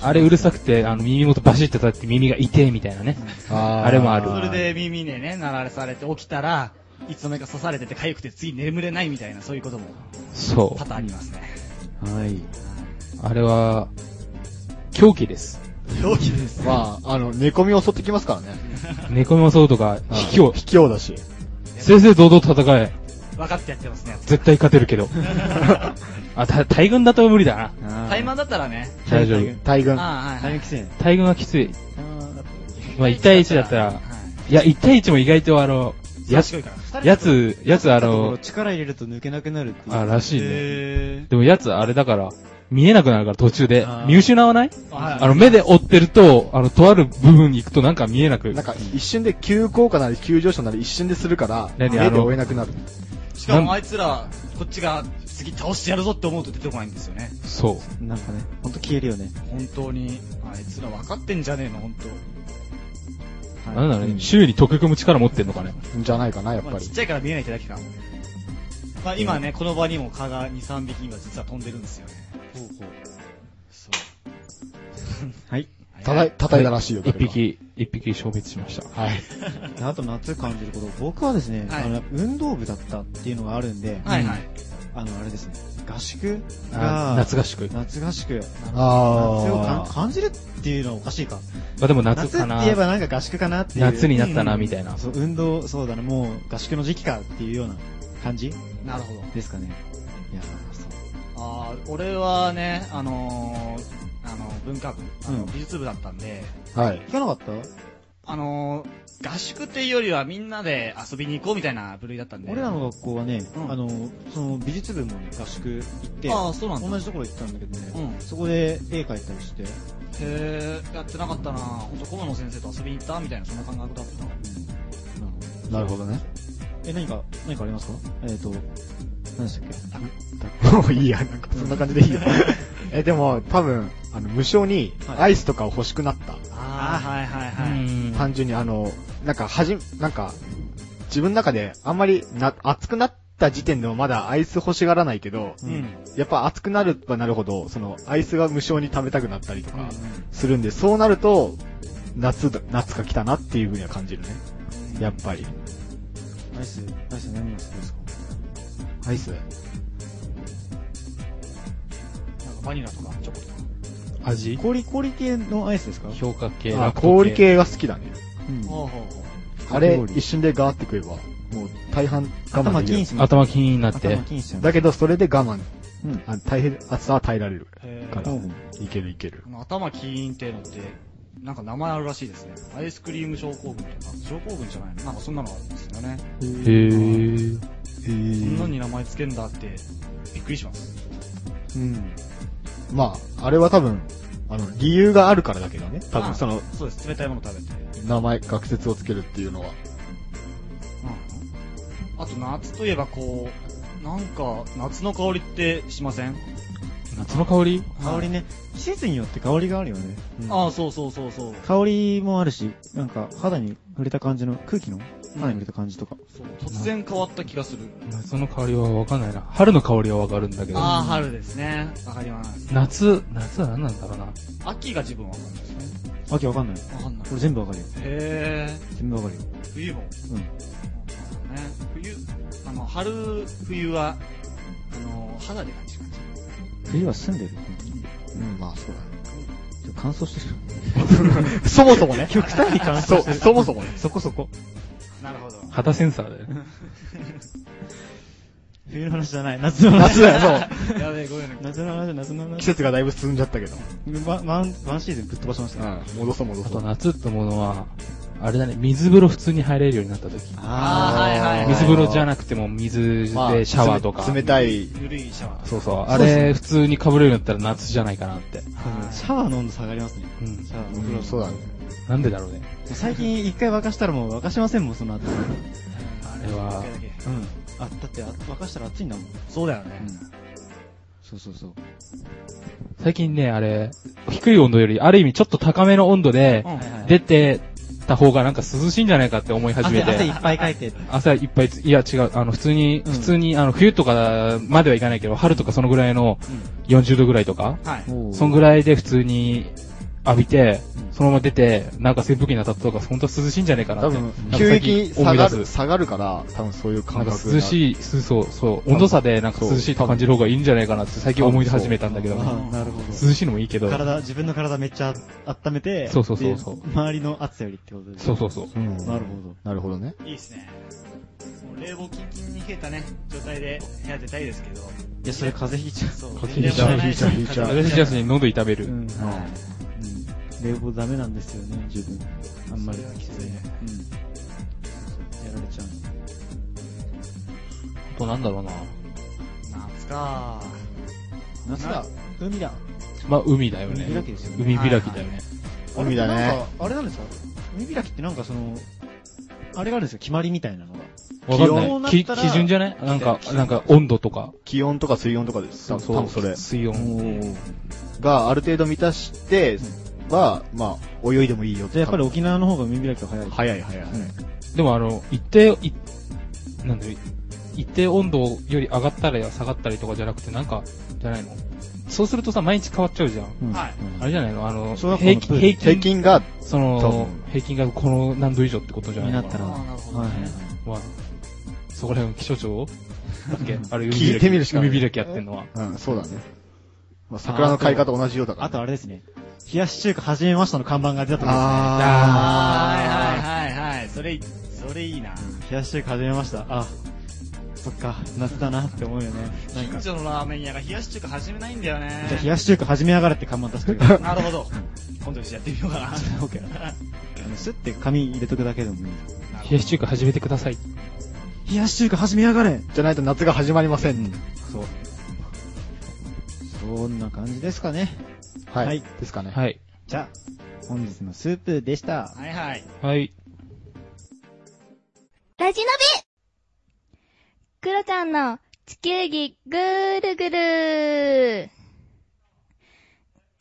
S4: あれうるさくて、あの耳元バシッて立って耳が痛えみたいなね。
S5: あー
S4: あれもある
S3: それで耳でね、鳴らされて起きたら、いつの間にか刺されてて痒くて次眠れないみたいな、そういうことも
S4: そ
S3: 多々ありますね。
S5: はい。
S4: う。あれは、狂気です。
S3: 病気です。
S5: まあ、あの、寝込みを襲ってきますからね。
S4: 寝込みを襲うとか、卑怯、
S5: 卑怯だし。
S4: 正々堂々と戦え。
S3: 分かってやってますね。
S4: 絶対勝てるけど。 あ、た大群だと無理だな。
S2: タ
S3: 怠慢だったらね。
S4: 大丈夫。
S5: 大群。
S3: ああ、
S2: タ
S3: は
S2: イ
S3: い。
S2: ム規制。
S4: 大群はきつい。まあ、1対1だったら、
S3: はい
S4: や、1対1も意外とあの、や
S3: 賢いから。二人
S4: やつ、やつあの、
S2: 力入れると抜けなくなるっていう。
S4: あ、らしいね。
S3: へ
S4: でもやつあれだから、見えなくなるから途中で
S2: あー、
S4: 見失わない
S3: ーはい
S4: あの、目で追ってると、あの、とある部分に行くとなんか見えなく、
S5: なんか、一瞬で急降下なり急上昇なり一瞬でするから、目
S4: 何
S5: で
S4: あの
S5: 追えなくなる。
S3: しかもあいつら、こっちが次倒してやるぞって思うと出てこないんですよね。
S4: そう。
S2: なんかね、ほんと消えるよね。
S3: 本当に。あいつら分かってんじゃねえの、本当。
S2: はい
S4: なんだろうね、周囲に溶け込む力持ってんのかね。
S5: んじゃないかな、やっ
S3: ま
S5: ぱ
S3: あ、ち
S5: り
S3: っ。ちゃいから見えないってだけか。まあ今ね、この場にも蚊が2、3匹今実は飛んでるんですよね。
S2: ほうほう
S3: そう。
S2: はい。
S5: たたい、叩いたらしいよ、
S4: 一
S5: 誰か。
S4: 匹、一匹消滅しました。
S5: はい。
S2: であと夏感じること、僕はですね、
S3: はい
S2: あの運動部だったっていうのがあるんで、
S3: はいはい。
S2: あの、あれですね、合宿
S4: あー
S2: が、
S4: 夏合宿。
S2: 夏合宿。
S5: あ
S2: 夏をかん
S5: ー。
S2: 感じるっていうのはおかしいか。
S4: まあでも夏
S2: 夏
S4: か
S2: って
S4: な。
S2: 言えばなんか合宿かなっていう。
S4: 夏になったな、みたいな。
S2: そう、運動、そうだね、もう合宿の時期かっていうような感じ
S3: なるほど。
S2: ですかね。いやーそう
S3: ああ、俺はね、あのー、あの、文化部、あ
S2: う
S3: の
S2: ん
S3: 美術部だったんで、
S5: はい。
S2: 行かなかった
S3: あのー、合宿っていうよりはみんなで遊びに行こうみたいな部類だったんで。
S2: 俺らの学校はね、
S3: うん
S2: あの、その美術部も合宿行って、
S3: ああ、そうなんだ。
S2: 同じところ行ったんだけどね、
S3: うん。へ
S2: そこで絵描いたりして、
S3: え、やってなかったなほんと、顧問の先生と遊びに行ったみたいな、そんな感覚だった。
S5: なるほどね。
S2: え、何か、何かありますかえっ、と、何でしたっけ
S5: もういいや、なんかそんな感じでい いよ。え、でも、多分、あの、無償にアイスとかを欲しくなった。
S3: ああ、はいはいは
S4: う
S3: い。
S4: ん
S5: 単純にあの、なんか、はじ、なんか、自分の中であんまりな、熱くなった時点でもまだアイス欲しがらないけど、
S3: うん。
S5: やっぱ熱くなればなるほど、その、アイスが無償に食べたくなったりと
S3: うん
S5: かするんで、そうなると、夏だ、夏が来たなっていうふうには感じるね。やっぱり。
S2: アイス、アイス何が好きですか
S5: アイス
S3: なんかバニラとかチョコとか。
S4: 味
S2: 氷、氷系のアイスですかう
S4: 評価系。
S5: あ
S4: ラ、クト
S5: 氷。系が好きだね。
S2: ん。
S3: ほうほうほう。
S5: あれ、一瞬でガーって食えば、もう大半我慢
S2: 頭金
S5: でき
S2: に
S5: る。
S2: します。
S4: 頭気になって
S2: 頭。金にしちゃう。
S5: だけど、それで我慢。
S2: うん。
S5: あ大変、暑さは耐えられる。
S3: へ
S5: か
S3: え
S5: ら。いけるいける。
S3: 頭キーンっていうのって、なんか名前あるらしいですね。アイスクリーム症候群とか、症候群じゃないのなんかそんなのあるんですよね。
S4: へー。
S5: え
S3: こんな
S5: ー、
S3: に名前つけんだって、びっくりします。
S5: うん。まあ、あれは多分、あの、理由があるからだけどね。多
S3: あ
S5: 分その、
S3: そうです、冷たいもの食べて。
S5: 名前、学説をつけるっていうのは。
S3: あと夏といえばこう、なんか夏の香りってしません
S4: 夏の香り
S2: 香りね、季節によって香りがあるよね。
S3: ああ、そうそうそうそう。
S2: 香りもあるし、なんか肌に触れた感じの、空気の肌に触れた感じとか。
S3: そう突然変わった気がする。
S4: 夏の香りはわかんないな。春の香りはわかるんだけど。
S3: ああ、春ですね。わかります。
S4: 夏、夏は何なんだろうな。
S3: 秋が自分わかんないですね。
S2: わけわかんない。
S3: わかんない
S2: こ。れ全部わかるよ。
S3: へえ。
S2: 全部わかるよ。
S3: 冬も。
S2: うん
S3: ね、冬、あの、春、冬は、あの、肌で感じる感じ。
S2: 冬は澄んでる。本当に
S5: うん、まあ、そうだね。
S2: ちょっと乾燥してる。
S5: そもそもね。
S2: 極端に乾燥
S5: そ
S2: してる。
S5: そもそもね。
S2: そこそこ。
S3: なるほど。
S4: 肌センサーだよね。
S2: 冬の話じゃない。夏の話。
S5: 夏だよ、そ
S3: やべえ、ごめんね。
S2: 夏の話、夏の
S5: う。季
S2: 話。
S5: 節がだいぶ進んじゃったけど。
S2: ワン、ワンワンシーズンぶっ飛ばしましたね。
S5: うん。戻そう戻
S4: あ
S5: そ
S4: と
S5: う。
S4: 夏ってものは、あれだね、水風呂普通に入れるようになった時。
S3: あーはいはいはい
S4: 水風呂じゃなくても水でシ
S5: まあ
S4: ャワーとか。
S5: 冷冷たい。
S3: ゆるいシャワー。
S4: そうそう。
S2: そ
S4: あ
S2: うですね
S4: れ、普通に被れるようになったら夏じゃないかなって。
S3: はい
S2: シャワーの温度下がりますね。
S4: うん。
S2: シャワーの
S5: う
S2: お風呂
S5: ん、そうだね。
S4: なんでだろうね。
S2: 最近一回沸かしたらもう沸かしませんもん、その後。うん。
S3: あ
S4: れは
S2: あ、だってあ沸かしたら熱いんだもん。
S3: そうだよね。
S2: そうそうそう。
S4: 最近ね、あれ、低い温度より、ある意味ちょっと高めの温度で、
S3: うん。
S2: はいはい
S4: 出てた方がなんか涼しいんじゃないかって思い始め
S2: 汗、汗い
S4: て。
S2: っぱいかいて。
S4: 朝いっぱいつ、いや違う、あの、普通に、
S2: うん
S4: 普通に、あの、冬とかまではいかないけど、春とかそのぐらいの40度ぐらいとか、
S3: はい。
S4: そんぐらいで普通に浴びて、そのまま出て、なんか扇風機に当たったとか、本当は涼しいんじゃないかな
S5: 多
S4: って。
S5: 分
S4: な、んか
S5: 急
S4: 最
S5: 激
S4: 近
S5: に
S4: 思
S5: 下
S4: い
S5: が
S4: 出
S5: る、
S4: す。
S5: 下がるから、多分そういう
S4: な
S5: 感
S4: んか
S5: 覚
S4: 涼しい、すそうそう、温度差でなんか涼しいって感じる方がいいんじゃないかなって最近思い始めたんだけど、
S2: あ
S4: 涼
S2: ーなるほど。
S4: しいのもいいけど、
S2: 体、自分の体めっちゃ温めて、
S4: そうそうそうそう
S2: で周りの暑さよりってことです
S4: そうそうそう。
S5: う
S2: な
S5: ん。
S2: るほど。
S5: なるほどね。
S3: いいですね。もう冷房キンキンに冷えたね、状態で部屋出たいですけど。
S2: いや、それ風邪ひいちゃう。
S3: そう。
S4: 風邪ひいちゃう
S3: 冷房ない
S5: ひいちゃうひいちゃう
S4: 私たちに喉痛める。
S2: うん。
S3: は
S2: うん冷房ダメなんですよね、自分。あんまり。
S3: それはきついね
S2: うん。そうそうやられちゃうの。
S4: あとなんだろうな。
S3: い夏か
S2: 夏だ。海だ。
S4: まあ、海だよね。
S2: 海開きですよね
S4: 海開きだよね。
S5: 海だね
S2: あれなんか、あれなんですか海開きってなんかその、あれがあるんですよ、決まりみたいなのが。
S4: わ
S5: か
S4: か
S5: ん
S4: ん
S5: ない
S4: ない。き
S2: 気温
S4: 基準じゃないなんか、なんか温度とか。
S5: 気温とか水温とかです。多分多分それ。
S4: 水温。
S5: がある程度満たしては、まあ、泳いでもいいよっ
S2: じ
S5: て。
S2: ゃあやっぱり沖縄の方が海開きは早い。
S5: 早い早い。
S4: でもあの、一定、いなんだろう、一定温度より上がったり下がったりとかじゃなくて、なんか、じゃないのそうするとさ、毎日変わっちゃうじゃん。
S1: うん
S3: はい
S1: うん
S4: あれじゃないのあの、
S2: 小学校の
S4: 平均、平均、
S5: 平均が、
S4: そ
S5: 多
S4: の
S5: 分、
S4: 平均がこの何度以上ってことじゃない
S2: に
S4: の
S2: な
S4: か
S2: っ
S4: な
S2: たら、
S3: あーなるほどね
S2: はい
S4: まあ、そこら辺、気象庁だっけ あれ、
S5: 聞いてみるしかない
S4: 海開きやってんのは。
S5: うん、そうだね。まあ、桜の買い方同じようだから。
S2: あとあれですね。冷やし中華始めましたの看板が出たところ
S5: あ
S3: あーはいはいはいはい。それ、それいいな。
S2: 冷やし中華始めました。あ、そっか、夏だなって思うよね。なんか、
S3: 近
S2: じ
S3: 所のラーメン屋が冷やし中華始めないんだよね。。
S2: ゃあ冷やし中華始めやがれって看板出してくれ る
S3: なるほど。今度うちやってみようかな。
S2: あのスッて紙入れとくだけでもいい。
S4: 冷やし中華始めてください。
S2: 冷やし中華始めやがれ
S5: ーじゃないと夏が始まりません。
S2: そんな感じですかね。
S5: はい。
S2: はい
S5: ですかね。
S4: はい。
S2: じゃあ、本日のスープでした。
S3: はいはい。
S4: はい。
S7: ラジナビクロちゃんの地球儀ぐーるぐる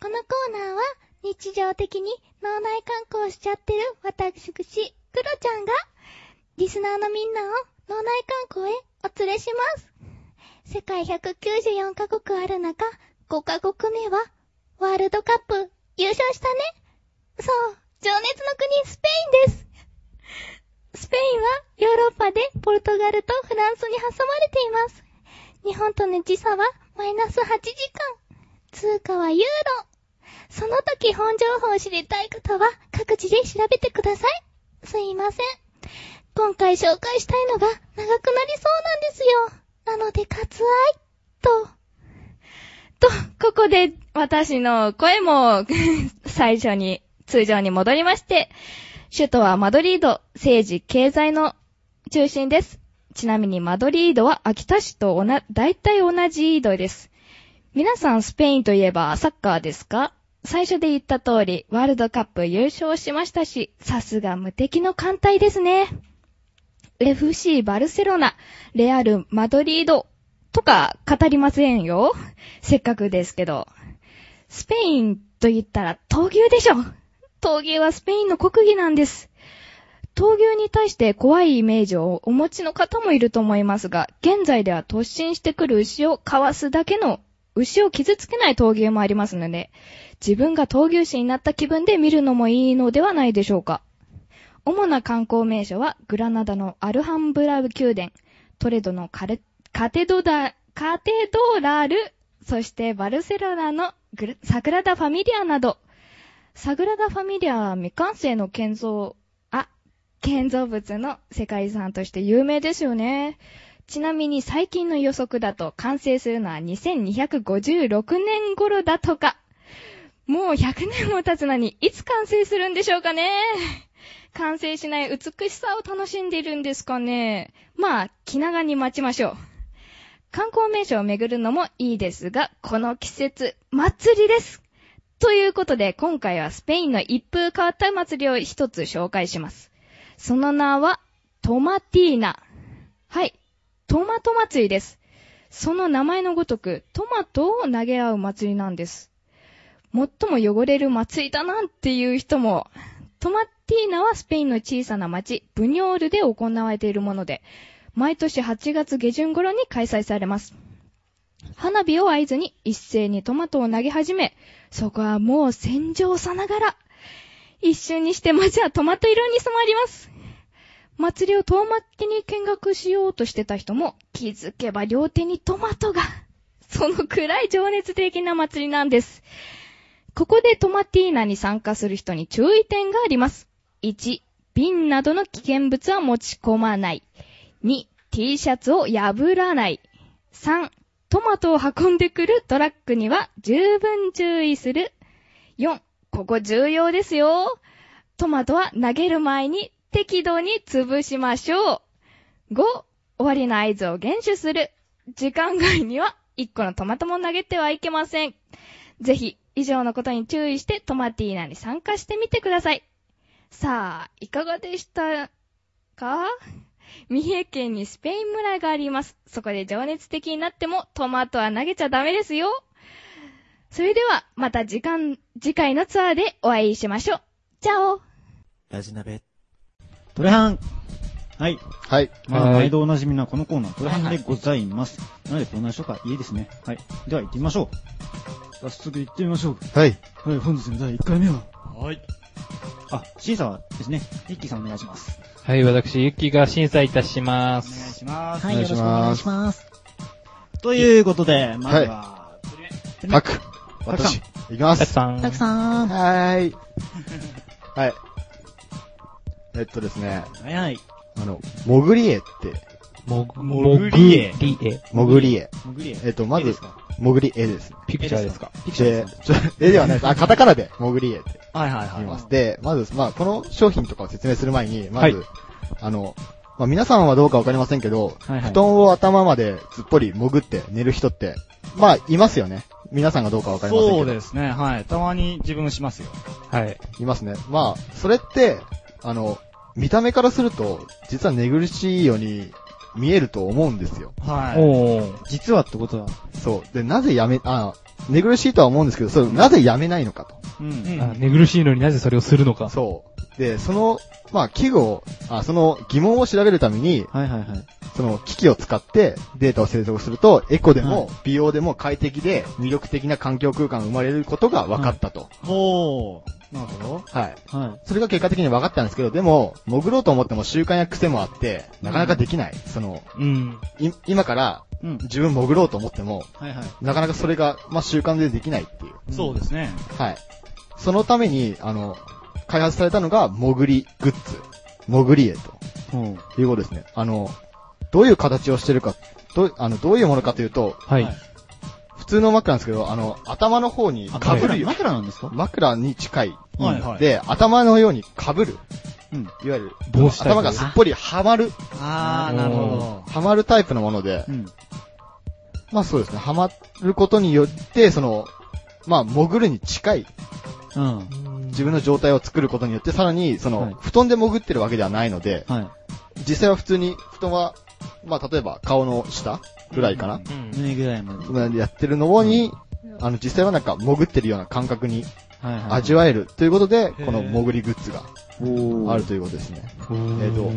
S7: このコーナーは日常的に脳内観光しちゃってる私、クロちゃんがリスナーのみんなを脳内観光へお連れします。世界194カ国ある中、5カ国目はワールドカップ優勝したね。そう、情熱の国スペインです。スペインはヨーロッパでポルトガルとフランスに挟まれています。日本との時差はマイナス8時間。通貨はユーロ。その時本情報を知りたい方は各自で調べてください。すいません。今回紹介したいのが長くなりそうなんですよ。なので割愛。と。
S8: と、ここで私の声も 最初に、通常に戻りまして、首都はマドリード、政治、経済の中心です。ちなみにマドリードは秋田市とおな、大体同じ緯度です。皆さんスペインといえばサッカーですか最初で言った通り、ワールドカップ優勝しましたし、さすが無敵の艦隊ですね。FC バルセロナ、レアル・マドリードとか語りませんよ。せっかくですけど。スペインと言ったら闘牛でしょ。闘牛はスペインの国技なんです。闘牛に対して怖いイメージをお持ちの方もいると思いますが、現在では突進してくる牛をかわすだけの牛を傷つけない闘牛もありますので、自分が闘牛士になった気分で見るのもいいのではないでしょうか。主な観光名所は、グラナダのアルハンブラ宮殿、トレドのカレカテドダ、カテドラル、そしてバルセロナのグルサグラダ・ファミリアなど、サグラダ・ファミリアは未完成の建造、あ、建造物の世界遺産として有名ですよね。ちなみに最近の予測だと完成するのは2256年頃だとか。もう100年も経つのにいつ完成するんでしょうかね。完成しない美しさを楽しんでいるんですかね。まあ、気長に待ちましょう。観光名所を巡るのもいいですが、この季節、祭りですということで、今回はスペインの一風変わった祭りを一つ紹介します。その名は、トマティーナ。はい、トマト祭りです。その名前のごとく、トマトを投げ合う祭りなんです。最も汚れる祭りだなんていう人も、トマティーナはスペインの小さな町、ブニョールで行われているもので、毎年8月下旬頃に開催されます。花火を合図に一斉にトマトを投げ始め、そこはもう戦場さながら、一瞬にして街はトマト色に染まります。祭りを遠巻きに見学しようとしてた人も、気づけば両手にトマトが、そのくらい情熱的な祭りなんです。ここでトマティーナに参加する人に注意点があります。1、瓶などの危険物は持ち込まない。2、T シャツを破らない。3、トマトを運んでくるトラックには十分注意する。4、ここ重要ですよ。トマトは投げる前に適度に潰しましょう。5、終わりの合図を厳守する。時間外には1個のトマトも投げてはいけません。ぜひ、以上のことに注意してトマティーナに参加してみてください。さあ、いかがでしたか三重県にスペイン村があります。そこで情熱的になってもトマトは投げちゃダメですよ。それでは、また時間、次回のツアーでお会いしましょう。チャオ
S1: ラジナベ。
S2: トレハンはい。
S5: はい。
S2: まあ、
S4: はい
S2: 毎度おなじみなこのコーナー、トレハンでございます。なので、どんな人かいいですね。はい。では、行ってみましょう。早速行ってみましょう
S5: はい。
S2: か。はい、本日の第1回目は。
S3: はい。
S2: あ、審査はですね、一輝さんお願いします。
S4: はい、私、ゆきが審査いたしま
S3: お
S4: す。
S3: 願いします。
S1: はい、よろしくお願いします。
S2: ということで、まずは、
S5: パク。私、いきま
S4: たく
S5: す。
S4: さん。
S1: たくさん。
S5: はーい。はい。えっとですね、
S2: はい、はい、
S5: あの、モグリエって、
S4: もぐ、
S3: もぐりえ
S4: もぐりえ。
S5: モグリエ。
S2: もぐりえ。
S5: えっと、ま
S2: いいで
S5: ず
S2: す、か
S5: モグリエですね。
S4: ピクチャーですか。
S5: で、ちょ、絵ではないです。あ、カタカナで、モグリエって
S2: はいはいは
S5: 言い
S2: い。
S5: ます。で、まず、まあ、この商品とかを説明する前に、まず、
S4: はい
S5: あの、まあ、皆さんはどうかわかりませんけど、
S2: はいはい
S5: 布団を頭まですっぽり潜って寝る人って、まあ、いますよね。皆さんがどうかわかりませんけど。
S3: そうですね、はい。たまに自分しますよ。
S4: はい。
S5: いますね。まあ、それって、あの、見た目からすると、実は寝苦しいように見えると思うんですよ。
S3: はい。
S4: おー。
S2: 実はってことは、
S5: そう。で、なぜやめ、あ、寝苦しいとは思うんですけど、それをなぜやめないのか
S2: うん。
S3: うん
S4: あ寝苦しいのになぜそれをするの
S5: と。
S4: か。
S5: そう。で、その、まあ、器具を、あ、その疑問を調べるために、
S2: はいはいはい。
S5: その機器を使ってデータを製造すると、エコでも美容でも快適で魅力的な環境空間が生まれることが分かったと。
S2: ほー。なるほ
S5: はい。
S2: ど。はい。
S5: それが結果的に分かったんですけど、でも、潜ろうと思っても習慣や癖もあって、なかなかできない。その、
S4: うん。
S5: い今から
S2: うん。
S5: 自分潜ろうと思っても、
S2: はいはい。
S5: なかなかそれが、まあ、習慣でできないっていう。
S3: そうですね。
S5: はい。そのために、あの、開発されたのが、潜りグッズ。潜り絵
S2: ほう。
S5: ということですね。あの、どういう形をしてるか、どう、あの、どういうものかというと、
S4: はい。
S5: 普通の枕なんですけど、あの、頭の方に被るよ。
S2: 枕なんですか
S5: 枕に近い。
S3: はいはい
S5: で、頭のように被る。
S2: うん
S5: いわゆる、
S4: 帽子タイプ
S5: 頭がすっぽりはまる、
S3: あ
S4: ーなるほど。
S5: はまるタイプのもので、
S2: うん。
S5: まあそうですね、はまることによって、その、まあ、潜るに近い
S2: うん。
S5: 自分の状態を作ることによって、さらに、その、
S2: はい
S5: 布団で潜ってるわけではないので、
S2: は
S5: 実際は普通に、布団は、まあ、例えば顔の下ぐらいかな、
S2: い。胸ぐらいまで。
S5: まあやってるのに、あの、実際はなんか潜ってるような感覚に
S2: はいはい。
S5: 味わえるということで、
S3: ー
S5: この潜りグッズがあるということですね。
S4: うん
S5: えっと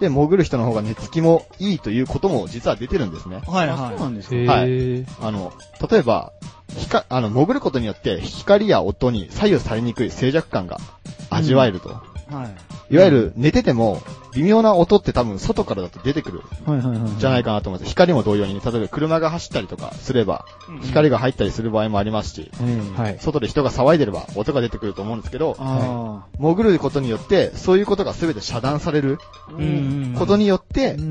S5: で、潜る人の方が寝つきもいいということも実は出てるんですね。
S3: はい
S2: あそう
S3: は
S2: なんですか
S4: へ
S5: はい
S4: ー。
S5: あの、例えば、ひか、あの、潜ることによって光や音に左右されにくい静寂感が味わえると。
S3: い。はい。
S5: いわゆる寝てても微妙な音って多分外からだと出てくる
S2: はいはいはい。
S5: じゃない
S2: か。
S5: かなと思います。光も同様にね、例えば車が走ったりとかすれば
S3: うん、
S5: 光が入ったりする場合もありますし、
S2: はい。
S4: はい。
S5: 外で人が騒いでれば音が出てくると思うんですけど、
S2: あ
S5: 潜ることによって、そういうことが全て遮断される
S2: あ。
S4: うん
S5: ことによって
S2: う、んうんう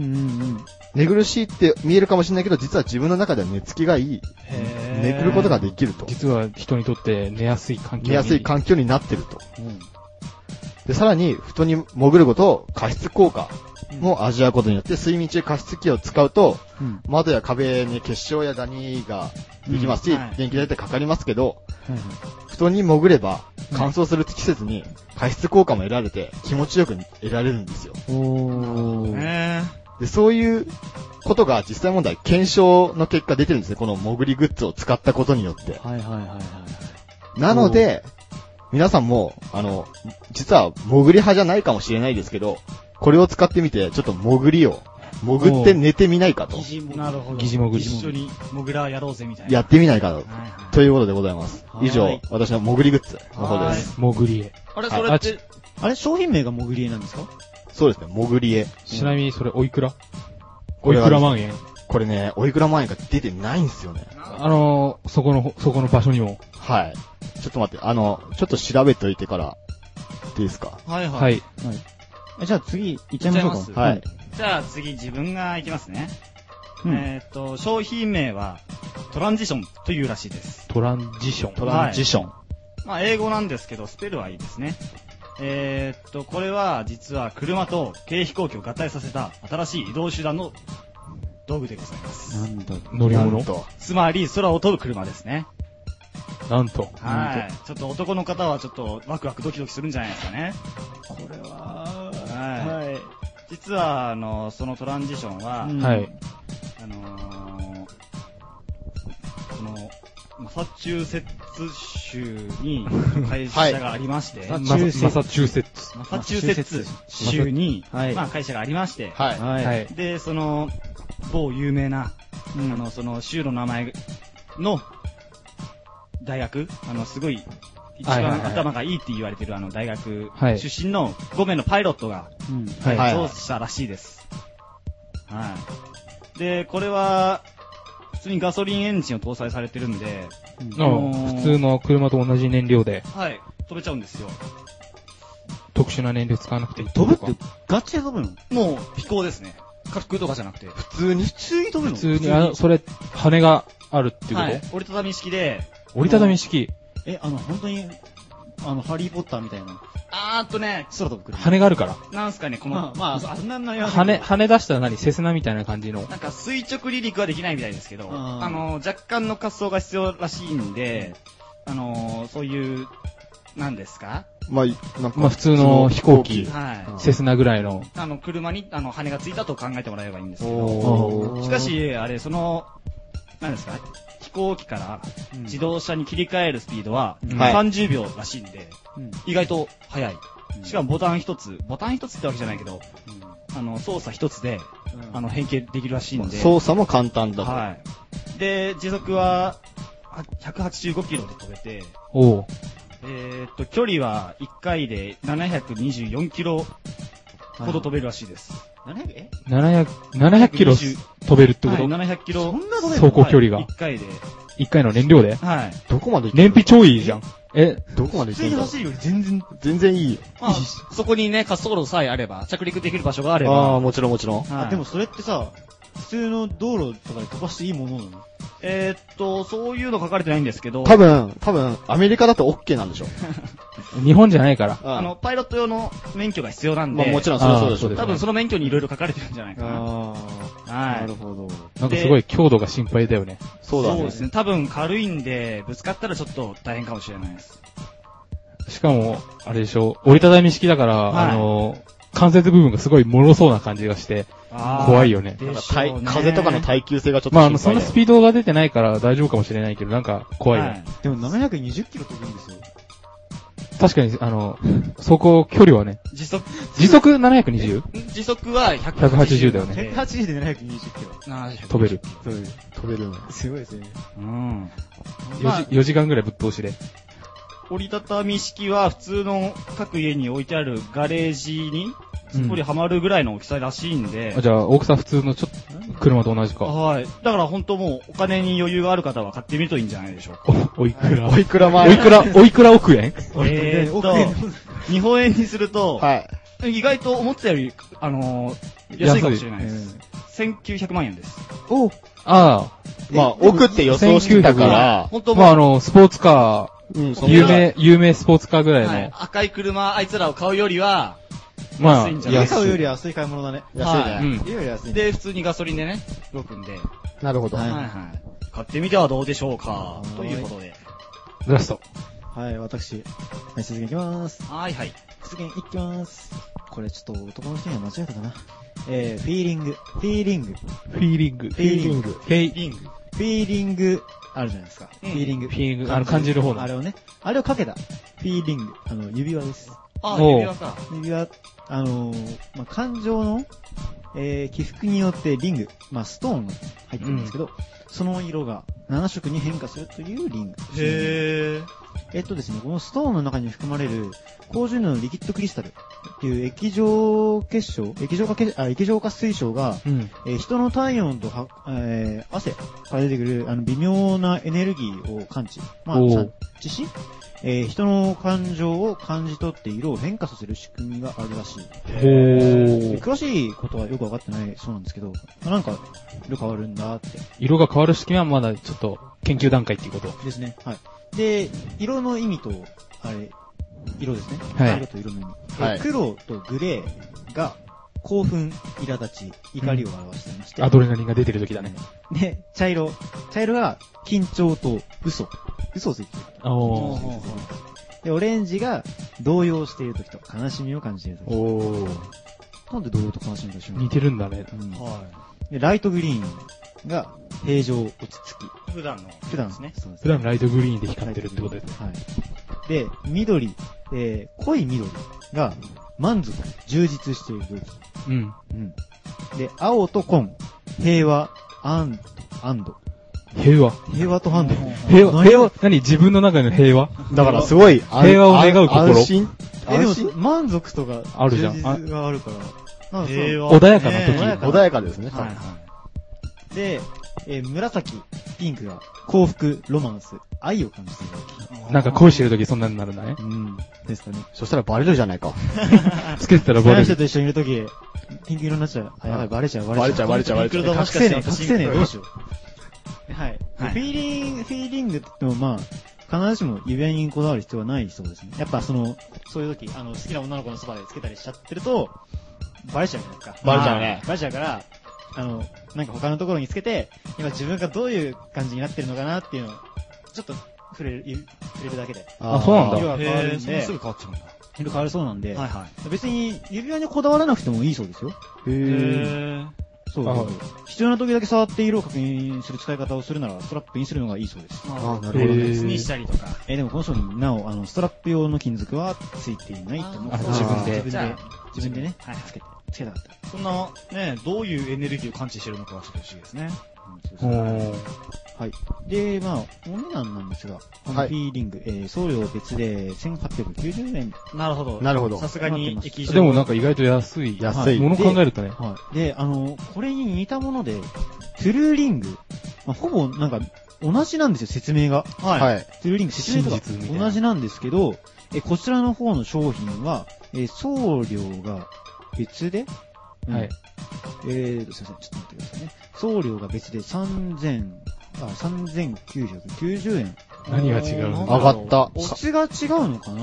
S2: ん。
S5: 寝苦しいって見えるかもしれないけど、実は自分の中では寝つきがいい、
S3: へ
S5: 寝くることができると。
S4: 実は人にとって寝やすい環境に。
S5: 寝やすい環境になってると。で、さらに、布団に潜ることを加湿効果も味わうことによって、睡眠中加湿器を使うと、
S2: うん
S5: 窓や壁に結晶やダニができますし、
S3: うんはい
S5: 電気代ってかかりますけど、
S2: はいはい
S5: 布団に潜れば、乾燥する季節に加湿効果も得られて、気持ちよく得られるんですよ。
S2: おー。
S3: へ
S5: で、そういうことが実際問題、検証の結果出てるんですね。この潜りグッズを使ったことによって。
S2: はいはいはいはい。
S5: なので、皆さんも、あの、実は潜り派じゃないかもしれないですけど、これを使ってみて、ちょっと潜りを、潜って寝てみないかと。
S3: 疑似なるほど。
S4: 疑似潜り
S3: 一緒にモグラーやろうぜみたいな。
S5: やってみないかと。
S3: はいはい
S5: ということでございます。
S2: はい
S5: 以上、私の潜りグッズの方です。
S4: 潜りえ。
S3: あれ、それって、
S2: あれ、商品名がもぐりえなんですか
S5: そうですね、潜り絵。
S4: ちなみにそれおいくら
S5: こ
S4: おい
S5: れは
S4: くら万円
S5: これね、おいくら万円か出てないんですよね。
S4: あのー、そこの、そこの場所にも。
S5: はい。ちょっと待って、あの、ちょっと調べといてから、いいですか。
S3: はいはい。
S4: はい。
S2: えじゃあ次、行っちゃいましょ
S3: 行っ
S2: う
S3: ち
S2: か。
S5: ゃいますはい。
S3: じゃあ次自分がいきますね。
S2: うん
S3: えーっと、商品名は、トランジションというらしいです。
S4: トランジション。
S5: トランジション。
S3: まあ、英語なんですけど、スペルはいいですね。えーっと、これは実は車と軽飛行機を合体させた新しい移動手段の道具でございます。
S2: なんだろ
S4: 乗り
S5: なん
S4: 物
S5: と。
S3: つまり、空を飛ぶ車ですね。
S4: なんと。
S3: はい。ちょっと男の方はちょっとワクワクドキドキするんじゃないですかね。
S2: うこれは、
S3: はい。
S2: はい。
S3: 実は、あの、そのトランジションは、
S2: うん
S4: はい。
S3: あのー、この、マサチューセッツ州に会社がありま して、
S4: マ
S2: い
S4: サマサチューセッツ。
S3: マサチューセッツ州に、
S2: はい
S3: まあ会社がありまして、
S5: はい。
S2: はい。
S4: はい。
S3: で、その、某有名な、
S2: うん
S3: あの、その州の名前の、大学、あの、すごい、一
S4: はいはい
S3: 番
S4: はい
S3: 頭がいいって言われてるあの大学
S4: はい
S3: 出身の5名のパイロットが
S2: うん。
S4: はい。
S5: はい
S3: そうしたらしいです。はい。で、これは、普通にガソリンエンジンを搭載されてるんで、
S4: ああ普通の車と同じ燃料で、
S3: はい、飛べちゃうんですよ。
S4: 特殊な燃料使わなくていい
S2: 飛ぶ
S4: こと
S2: っ
S4: か
S2: てガチで飛ぶの
S3: もう飛行ですね。滑空とかじゃなくて。
S5: 普通に
S2: 普通に飛ぶの
S4: 普通に、あの、それ、羽があるっていうこと、
S3: はい、折りたたみ式で、
S4: 折りたたみ式。
S2: え、あの、本当に、あの、ハリーポッターみたいな、
S3: あーっとね、
S2: 空飛ぶ車。
S4: 羽があるから。
S3: なんすかね、この、
S2: まあ、まあ、あんなんなよ。
S4: 羽、羽出したら何セスナみたいな感じの。
S3: なんか垂直離陸はできないみたいですけど、
S2: あー
S3: あの、若干の滑走が必要らしいんで、あの、そういう、なんですか
S5: まあ、なんか
S4: まあ普通の飛行機。
S3: はい。
S4: セスナぐらいの。
S3: あの、車に、あの、羽がついたと考えてもらえばいいんですけ
S5: お
S3: ど、
S5: ー
S3: しか、し、あれ、その、なんですか飛行機から
S2: うん
S3: 自動車に切り替えるスピードは、
S4: うん
S5: はい
S3: 30秒らしいんで、
S2: うん
S3: 意外と速い。しか
S2: も、
S3: もボタン一つ、ボタン一つってわけじゃないけど、あの、操作一つで、
S2: うん
S3: あの、変形できるらしいんで。
S5: 操作も簡単だと。
S3: はい。で、時速は、あ185キロで飛べて、
S4: おう
S3: えーっと、距離は1回で724キロほど飛べるらしいです。
S2: 700え
S4: 700、700キロ
S3: 120
S4: 飛べるってこ
S3: はい
S4: と、
S3: 700キロ。
S2: そんな飛べる
S4: 走行距離が
S3: 1回で。
S4: 一回の燃料で
S3: はい。
S5: どこまで行け
S4: 燃
S5: る
S4: 費超いいじゃん。え、
S5: どこまで
S3: 普通
S5: 行け
S3: に
S5: るんだ
S3: 走るより全然。
S5: 全然いいよ。
S3: まあ、そこにね、滑走路さえあれば、着陸できる場所があれ
S5: ああ、
S3: ば。
S5: もちろんもちろん。
S3: はい
S2: あ、でもそれってさ、普通の道路とかで飛ばしていいものなの
S3: えーっと、そういうの書かれてないんですけど、
S5: 多分、多分、アメリカだと OK なんでしょ。
S4: 日本じゃないから。
S3: あの、パイロット用の免許が必要なん
S5: まあ
S3: で、
S5: もちろんそれはそうでし
S4: あーそ
S5: ょ。
S4: うです
S5: 多
S3: 多
S5: 分
S3: 分その免許にいろいろ書かれてるんじゃないかな。
S2: あ
S3: はい。
S2: ほど。
S4: なんかすごい強度が心配だよね。
S5: そうだ
S3: で
S5: ね。
S3: すね。多分軽いんで、ぶつかったらちょっと大変かもしれないです。
S4: しかも、あれでしょ、折りたたみ式だから、
S3: はい
S4: あの、関節部分がすごい脆そうな感じがして、怖いよね。
S5: なんか
S3: しょうね
S5: 耐風とかの耐久性がちょっと
S4: まあ、あ
S5: 心
S4: の、そ
S5: 配
S4: んな
S5: だ
S4: ス
S5: よ。
S4: ピードが出てないから大丈夫かもしれないけど、なんか怖いよね。
S3: はい
S2: でも720キロ飛ぶんですよ。
S4: 確かに、あの、走行距離はね、
S3: 時速、
S4: 時速 720?
S3: 時速は180
S4: 180だよね
S3: で
S2: 180で720キロ。
S3: 700
S4: 飛べる。
S2: そうです。
S5: 飛べるの。
S2: すごいですね。
S3: うん。まあ
S4: 4時 ,4 時間ぐらいぶっ通しで。
S3: 折りたたみ式は普通の各家に置いてあるガレージにすっぽりはまるぐらいの大きさらしいんで
S4: あ、じゃあ、大きさ普通のちょっと、車と同じか。
S3: はい。だから本当もうお金に余裕がある方は買ってみるといいんじゃないでしょうか。
S4: お、おいくら
S5: おいくら
S4: お
S5: 前
S4: いくら、おいくら億円
S3: えーっと、日本円にすると、
S5: はい。
S3: 意外と思ったより、あのー安いかもしれないです。1900万円です。
S4: あ
S5: まあ、奥って予想してたから、
S3: 本
S4: あ。
S3: 当
S4: ま
S3: も
S4: あ、
S3: う
S4: あの、スポーツカ
S5: うん、そ
S4: ー、
S5: ん
S4: 有
S5: な
S4: 名、有名スポーツカーぐらいの、
S3: はい、赤い車、あいつらを買うよりは、
S4: まあ
S3: 安いん、じゃない
S2: 安
S5: 安
S2: い。
S5: い
S2: 買うより安い買い物だね。
S5: 安
S3: はい
S4: う
S5: ね。
S4: ん。
S2: 家より安いね。
S3: で、普通にガソリンでね、動くんで、
S5: なるほど。
S2: はい
S3: はいはい。買ってみてはどうでしょうか
S2: は、い
S3: ということで。
S4: ラスト。
S2: はい、私、はい、出現いきます。
S3: はいはい。
S2: 出現いきます。これちょっと男の人には間違えたかな。えー、フィーリング、フィーリング、フ
S4: フィーリング。
S2: ィ
S4: フ
S2: ーリング、
S4: フェイ、
S3: リング。
S2: フィーリング、あるじゃないですか。フ
S3: うん
S2: ィーリング。
S4: フィーリングあの感じる方の
S2: あれをね、あれをかけた。フィーリング、あの、指輪です。
S3: あ、
S4: おう
S3: 指輪か。
S2: 指輪、あのーまあ、感情の、えー、起伏によってリング、まあ、ストーンが入ってるんですけど、その色が7色に変化するというリング。
S3: へー。
S2: えっとですね、このストーンの中に含まれる、高純度のリキッドクリスタルっていう液状結晶、液状化けあ液状化水晶が、
S4: うん。
S2: えー人の体温とは、えー汗から出てくるあの微妙なエネルギーを感知、まあ、
S4: おう
S2: 感知し、えー人の感情を感じ取って色を変化させる仕組みがあるらしい。
S4: ほー。
S2: 詳しいことはよく分かってないそうなんですけど、まあなんか色変わるんだって。
S4: 色が変わる式はまだちょっと、研究段階っていうこと。
S2: ですね。はい。で、色の意味と、あれ、色ですね。
S4: はい
S2: 色と色の意味。え
S5: はい
S2: 黒とグレーが興奮、苛立ち、怒りを表していまして。
S4: アドレナリンが出てる時だね。
S2: で、茶色。茶色が緊張と嘘。嘘をついている。緊張
S4: おー。
S2: しているで、オレンジが動揺している時と悲しみを感じている時。
S5: おー。
S2: なんで動揺と悲しみが一緒なの
S4: 似てるんだね。
S2: うん
S3: は
S2: で、ライトグリーンが平常、落ち着き。
S3: い。普段の。
S2: 普段
S3: ですね。
S2: そうです
S4: 普段ライトグリーンで光ってるってことですね。
S2: はい。で、緑、えー、濃い緑が満足、充実している時。
S4: うん。
S2: うん。で、青と紺、平和、安、安堵。
S4: 平和。
S2: 平和と判断。
S4: 平和、平和、何自分の中の平和
S5: だからすごい、あ
S4: 平和を願う心
S5: あ安心
S2: え、で
S5: 安心
S2: も、満足とか、
S4: あるじゃん
S2: 充実があるから。なんかそう
S3: 平和
S4: 穏やかな
S2: ねえ
S4: 時。
S5: 穏やかですね。
S2: はいはい。で、えー紫、ピンクが幸福、ロマンス、愛を感じてる
S4: なんか恋してる時そんなになるんだね。
S2: うん。ですかね。
S5: そしたらバレるじゃないか。
S4: つけてたら
S2: 好
S4: バ
S2: き
S4: レ
S2: な人
S4: る。
S2: と一緒にいるとき、ピンク色になっちゃう。あ、やばい、バレちゃう、バレちゃう。
S5: バレちゃうバレちゃう
S2: え
S3: も
S2: 覚
S3: しか
S2: 醒
S3: して
S2: ねえ、覚醒ねえ、どうしよう。はい。フ
S3: はい
S2: ィーリング、フィーリングって言ってもまあ、必ずしも指輪にこだわる必要はないそうですね。やっぱその、そういう時、あの、好きな女の子のそばでつけたりしちゃってると、バレちゃうじゃないですか。
S5: バレちゃうね
S2: まあ。バレちゃうから、あの、なんか他のところにつけて、今自分がどういう感じになってるのかなっていうのを、ちょっと触れる、触れるだけで、
S4: あそうなんだ
S2: 色が変わるん
S3: そんな
S2: で、
S3: すぐ変わっちゃうんだ。
S2: 色変わるそうなんで、
S3: はいはい。
S2: 別に指輪にこだわらなくてもいいそうですよ。
S3: へ
S2: そう
S4: あ
S2: 必要な時だけ触って色を確認する使い方をするなら、ストラップインするのがいいそうです。
S3: あ
S5: な
S4: るほどね
S3: にしたりとか。
S2: えーでもこの商品、なお、あの、ストラップ用の金属はついていないと思う。
S4: あ
S2: そう
S4: 自分で
S2: 自分
S3: じ
S2: で
S3: ゃ、
S2: 自分でね、
S3: はい
S2: つけて、つけたかった。
S3: そんな、ね、どういうエネルギーを感知してるのかがちょっと不思議ですね。
S4: おー
S2: はい。で、まあ、お値段なんですが、この
S5: はい
S2: フィーリング、えー送料別で1890円。
S3: なるほど。
S5: なるほど
S3: さ。すがに液状。
S4: でもなんか意外と安い。
S5: 安い
S4: もの考えるとね。
S2: はい。で、あの、これに似たもので、トゥルーリング。まあ、ほぼ、なんか、同じなんですよ、説明が。
S3: はい。
S5: はい。
S2: トゥルーリング説明と
S4: 真実みたい
S2: か
S4: な
S2: 同じなんですけど、えこちらの方の商品は、えー送料が別で、うん
S4: はい。
S2: えーと、すいません、ちょっと待ってくださいね。送料が別で3000、あ、3990円。
S4: 何が違う
S3: お
S4: の
S3: ー
S5: 上がった。
S2: 質が違うのかな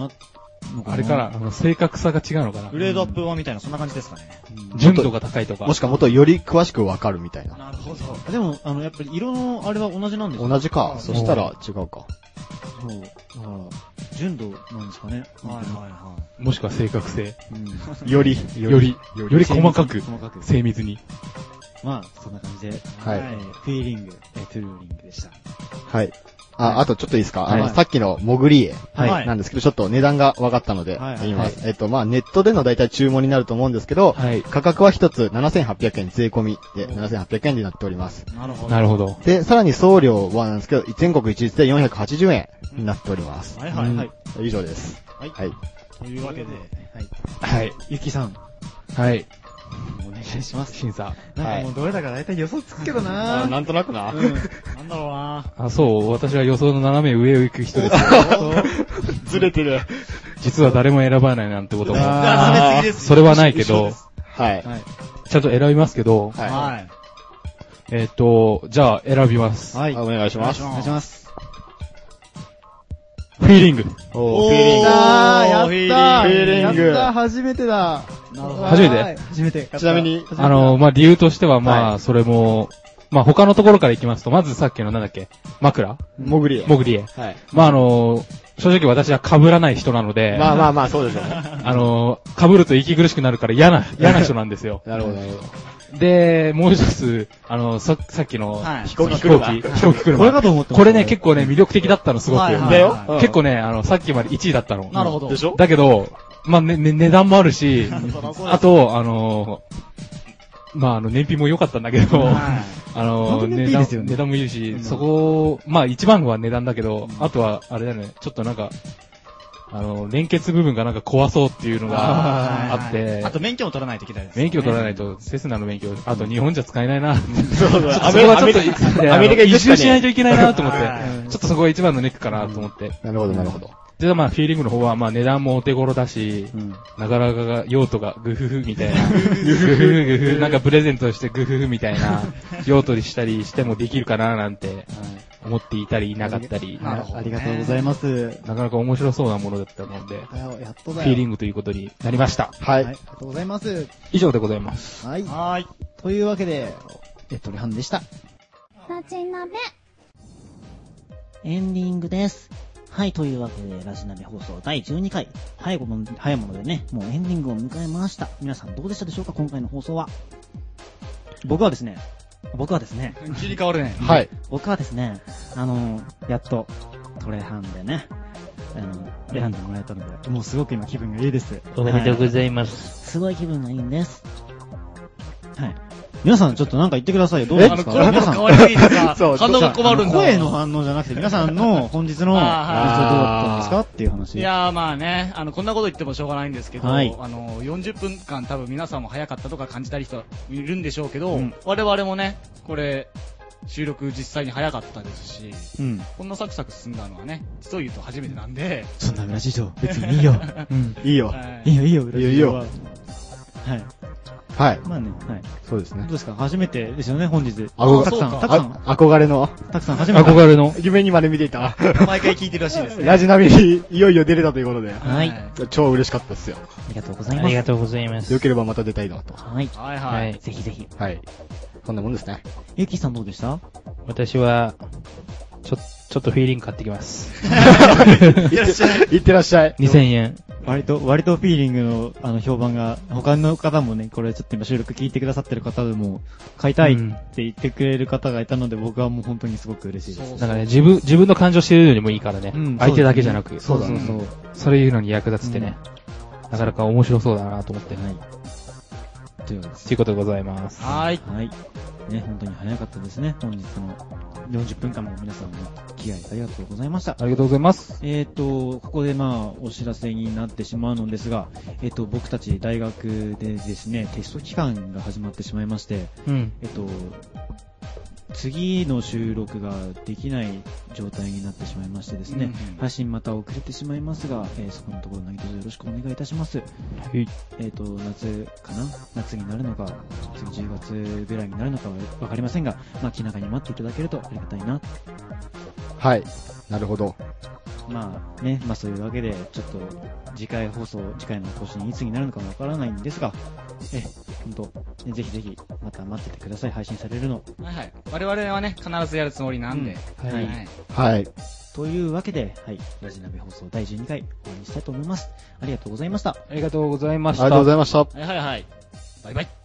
S2: のな
S4: あれかなあの正確さが違うのかな
S3: グレードアップ版みたいな、そんな感じですかね。
S2: うん
S4: 純度が高いとか
S5: も。しかもっとより詳しくわかるみたいな。
S3: なるほど。
S2: でも、あの、やっぱり色のあれは同じなんですよ。
S5: 同じか。そしたら違うか。
S2: そう。だから、純度なんですかね。
S3: はいはいは
S4: もしくは正確性。
S2: うん
S5: より。
S4: より、より細かく、
S2: 細かく。
S4: 精密に。
S2: まあ、そんな感じで。
S5: はい
S2: えーフィーリング、えートゥルーリングでした。
S5: はい。あ、あとちょっといいですかあ
S2: は
S5: の、
S2: い
S5: さっきのモグリエ
S3: はい
S5: なんですけど、ちょっと値段が分かったので
S2: はい、
S5: 言いま
S2: は
S5: す。えっと、まあ、ネットでの大体注文になると思うんですけど、
S4: はい。
S5: 価格は一つ7800円税込みで7800円になっております。
S3: い。なるほど。
S4: なるほど。
S5: で、さらに送料はなんですけど、全国一律で480円になっております。
S3: はいはいはい。
S5: 以上です。
S3: はい
S5: はい。
S3: というわけで、
S4: はい。
S2: ゆきさん、
S4: はい。
S2: お願いします。
S4: 審査。
S2: なんかもうどれだか大体予想つくけどな ぁ。
S5: んとなく
S3: な
S5: な。
S3: んだろうな
S4: あ、そう。私は予想の斜め上を行く人です。
S5: ずれてる。
S4: 実は誰も選ばないなんてことも。
S3: あーそれ次です
S4: それはないけど、
S5: はい。
S4: ちゃんと選びますけど、
S5: は
S3: はい。
S4: えっと、じゃあ選びます。
S2: はい
S5: い。。お願いします。
S2: お願いします。
S4: フィーリング。
S5: おー、フィーリン
S3: あーや
S5: フィーリング。
S2: 初めてだ。
S4: 初めて。
S2: 初めて。
S5: ちなみに、
S4: あの、まあ、理由としては、ま
S5: は
S4: あ、それも、まあ、他のところから行きますと、まずさっきのなんだっけ、枕
S5: モグリエ。
S4: モグリエ。
S5: はい。
S4: まあ、あの、正直私は被らない人なので、
S5: まあまあまあ、そうでしょうね。。
S4: あの、被ると息苦しくなるから 嫌な、嫌な人なんですよ
S5: なるほど、なるほど。
S4: で、もう一つ、あの、ささっきの、
S3: はい
S5: 飛行機
S4: 飛行
S5: 車。
S4: 機、飛行機車。
S2: これかと思ってました
S4: これね、結構ね、魅力的だったの、すごく。
S3: はいはい
S5: だよ。
S4: 結構ね、あの、さっきまで1位だったの。
S3: なるほど。
S5: でしょ
S4: だけど、まあ、ね、ね値段もあ るし、あと、あのーまあ、あの、燃費も良かったんだけど、あのー
S2: 本当に燃費いい
S4: 値
S2: で
S4: 段
S2: すよね
S4: 値段もいいし、そこ、まあ、一番は値段だけど、あとは、あれだよね、ちょっとなんか、あの、連結部分がなんか怖そうっていうのがあって、
S3: あと免許も取らないといけないですね。
S4: 免許取らないと、セスナの免許、あと日本じゃ使えないな。
S5: そうそう
S4: そこ はちょっと、ね
S5: アメリカ
S4: あの
S5: 行く
S4: 移
S5: しかね
S4: 住しないといけないなと思って
S3: は、
S4: ちょっとそこが一番のネックかなと思って。
S5: なるほど、なるほど。
S4: で、まあ、フィーリングの方は、まあ、値段もお手頃だし、なかなかが用途がグフフみたいな、グフフグフフ、なんかプレゼントしてグフフみたいな用途にしたりしてもできるかななんて思っていたりいなかったり、
S3: なるほどね
S2: ありがとうございます。
S4: なかなか面白そうなものだったもんで、フ
S2: やっとだ
S4: ィーリ
S2: ン
S4: ングということになりました。
S5: は
S2: はい。あ
S5: い。
S2: りがとうございます。
S4: 以上でございます。
S2: はい。
S3: はーい。
S2: というわけで、えっと、リハンでした。
S7: ラジナベ。
S1: エンディングです。はい、というわけで、ラジナベ放送第12回、早いもの、早いものでね、もうエンディングを迎えました。皆さんどうでしたでしょうか今回の放送は。
S2: 僕はですね、
S1: 僕はですね、
S3: 切り替われない。
S5: はい。
S1: 僕はですね、あの、やっと、トレハンでね、あの、
S2: 選んでもらえたので、もうすごく今気分がいいです。
S9: おめでとうございます。
S1: すごい気分がいいんです。はい。
S2: 皆さんちょっとなんか言ってくださいよ。どう
S5: え
S2: で
S3: あの、
S2: すか
S3: 声の
S2: 皆さん
S3: 変わりすぎとか
S5: そう、
S3: 反応が困るんだ。
S2: 声の反応じゃなくて、皆さん の本日の、どうだったんですかっていう話。
S3: いやーまあね、あの、こんなこと言ってもしょうがないんですけど、
S2: はい
S3: あの、40分間多分皆さんも早かったとか感じたり人いるんでしょうけど、我々もね、これ、収録実際に早かったですし、
S2: うん。
S3: こんなサクサク進んだのはね、実を言うと初めてなんで、
S2: そんな裏事情、別にいいよ。
S10: うん。
S5: いいよ。
S3: はい
S2: いいよ、いいよ、裏事情は。はい。
S5: はい。
S2: まあね、はい。
S5: そうです
S2: どう
S5: ね。
S2: ですか初めてですよね、本日。
S5: あご
S2: たくさん、
S3: そう
S2: たくさん、
S5: あ憧れの、
S2: たくさん初めて。
S10: 憧れの。
S5: 夢にまで見てい た、
S3: 毎回聞いてるらしいですね。
S5: ラジナビにいよいよ出れたということで、
S6: はい。あ
S5: 超嬉しかったですよ。
S6: りがとうござい
S4: あ
S6: ま
S4: り
S6: す。
S4: がとうございます。
S5: 良ければまた出たいなと。
S6: はい。
S3: はい
S4: は
S3: はい。
S4: い。
S6: ぜひぜひ。
S5: はい。こんなもんですね。
S6: ゆきさんどうでした
S4: 私は、ちょ、ちょっとフィーリング買ってきます。
S5: いってらっしゃい。
S4: 2000円。
S2: 割と、割とフィーリングの、あの、評判が、他の方もね、これちょっと今収録聞いてくださってる方でも、買いたいっ
S4: うん
S2: て言ってくれる方がいたので、僕はもう本当にすごく嬉しいです。
S3: そう
S4: だからね、自分、自分の感情してるのにもいいからね。
S2: うん
S4: 相手だけじゃなく。
S2: そうだね。そうそう
S4: それ言うのに役立つってね。なかなか面白そうだなと思って。
S2: はい。というわけで
S4: ということでございます。
S3: はい。
S2: はい。ね、本当に早かったですね。本日の40分間も皆さんの気合いありがとうございました。
S4: ありがとうございます。
S2: えっ、と、ここでまあ、お知らせになってしまうのですが、えっ、と、僕たち大学でですね、テスト期間が始まってしまいまして、
S4: うん。
S2: えっ、と、次の収録ができない状態になってしまいましてですね、配信また遅れてしまいますが、えーそこのところ何卒よろしくお願いいたします。
S4: い
S2: えっ、と、夏かな夏になるのか、次10月ぐらいになるのかはわかりませんが、まあ、気長に待っていただけるとありがたいな。
S5: はい。なるほど。
S2: まあね、まあそういうわけで、ちょっと次回放送、次回の更新いつになるのかわからないんですが、え、本当、ねぜひぜひ、また待っててください。配信されるの。
S3: はいはい。我々はね、必ずやるつもりなんで。
S2: うんはい
S5: はい。
S2: というわけで、はい、ラジナベ放送第12回、終わりにしたいと思います。ありがとうございました。
S4: ありがとうござい
S5: あ
S4: ま
S5: りがとうございました。
S3: はいはいはい。バイバイ。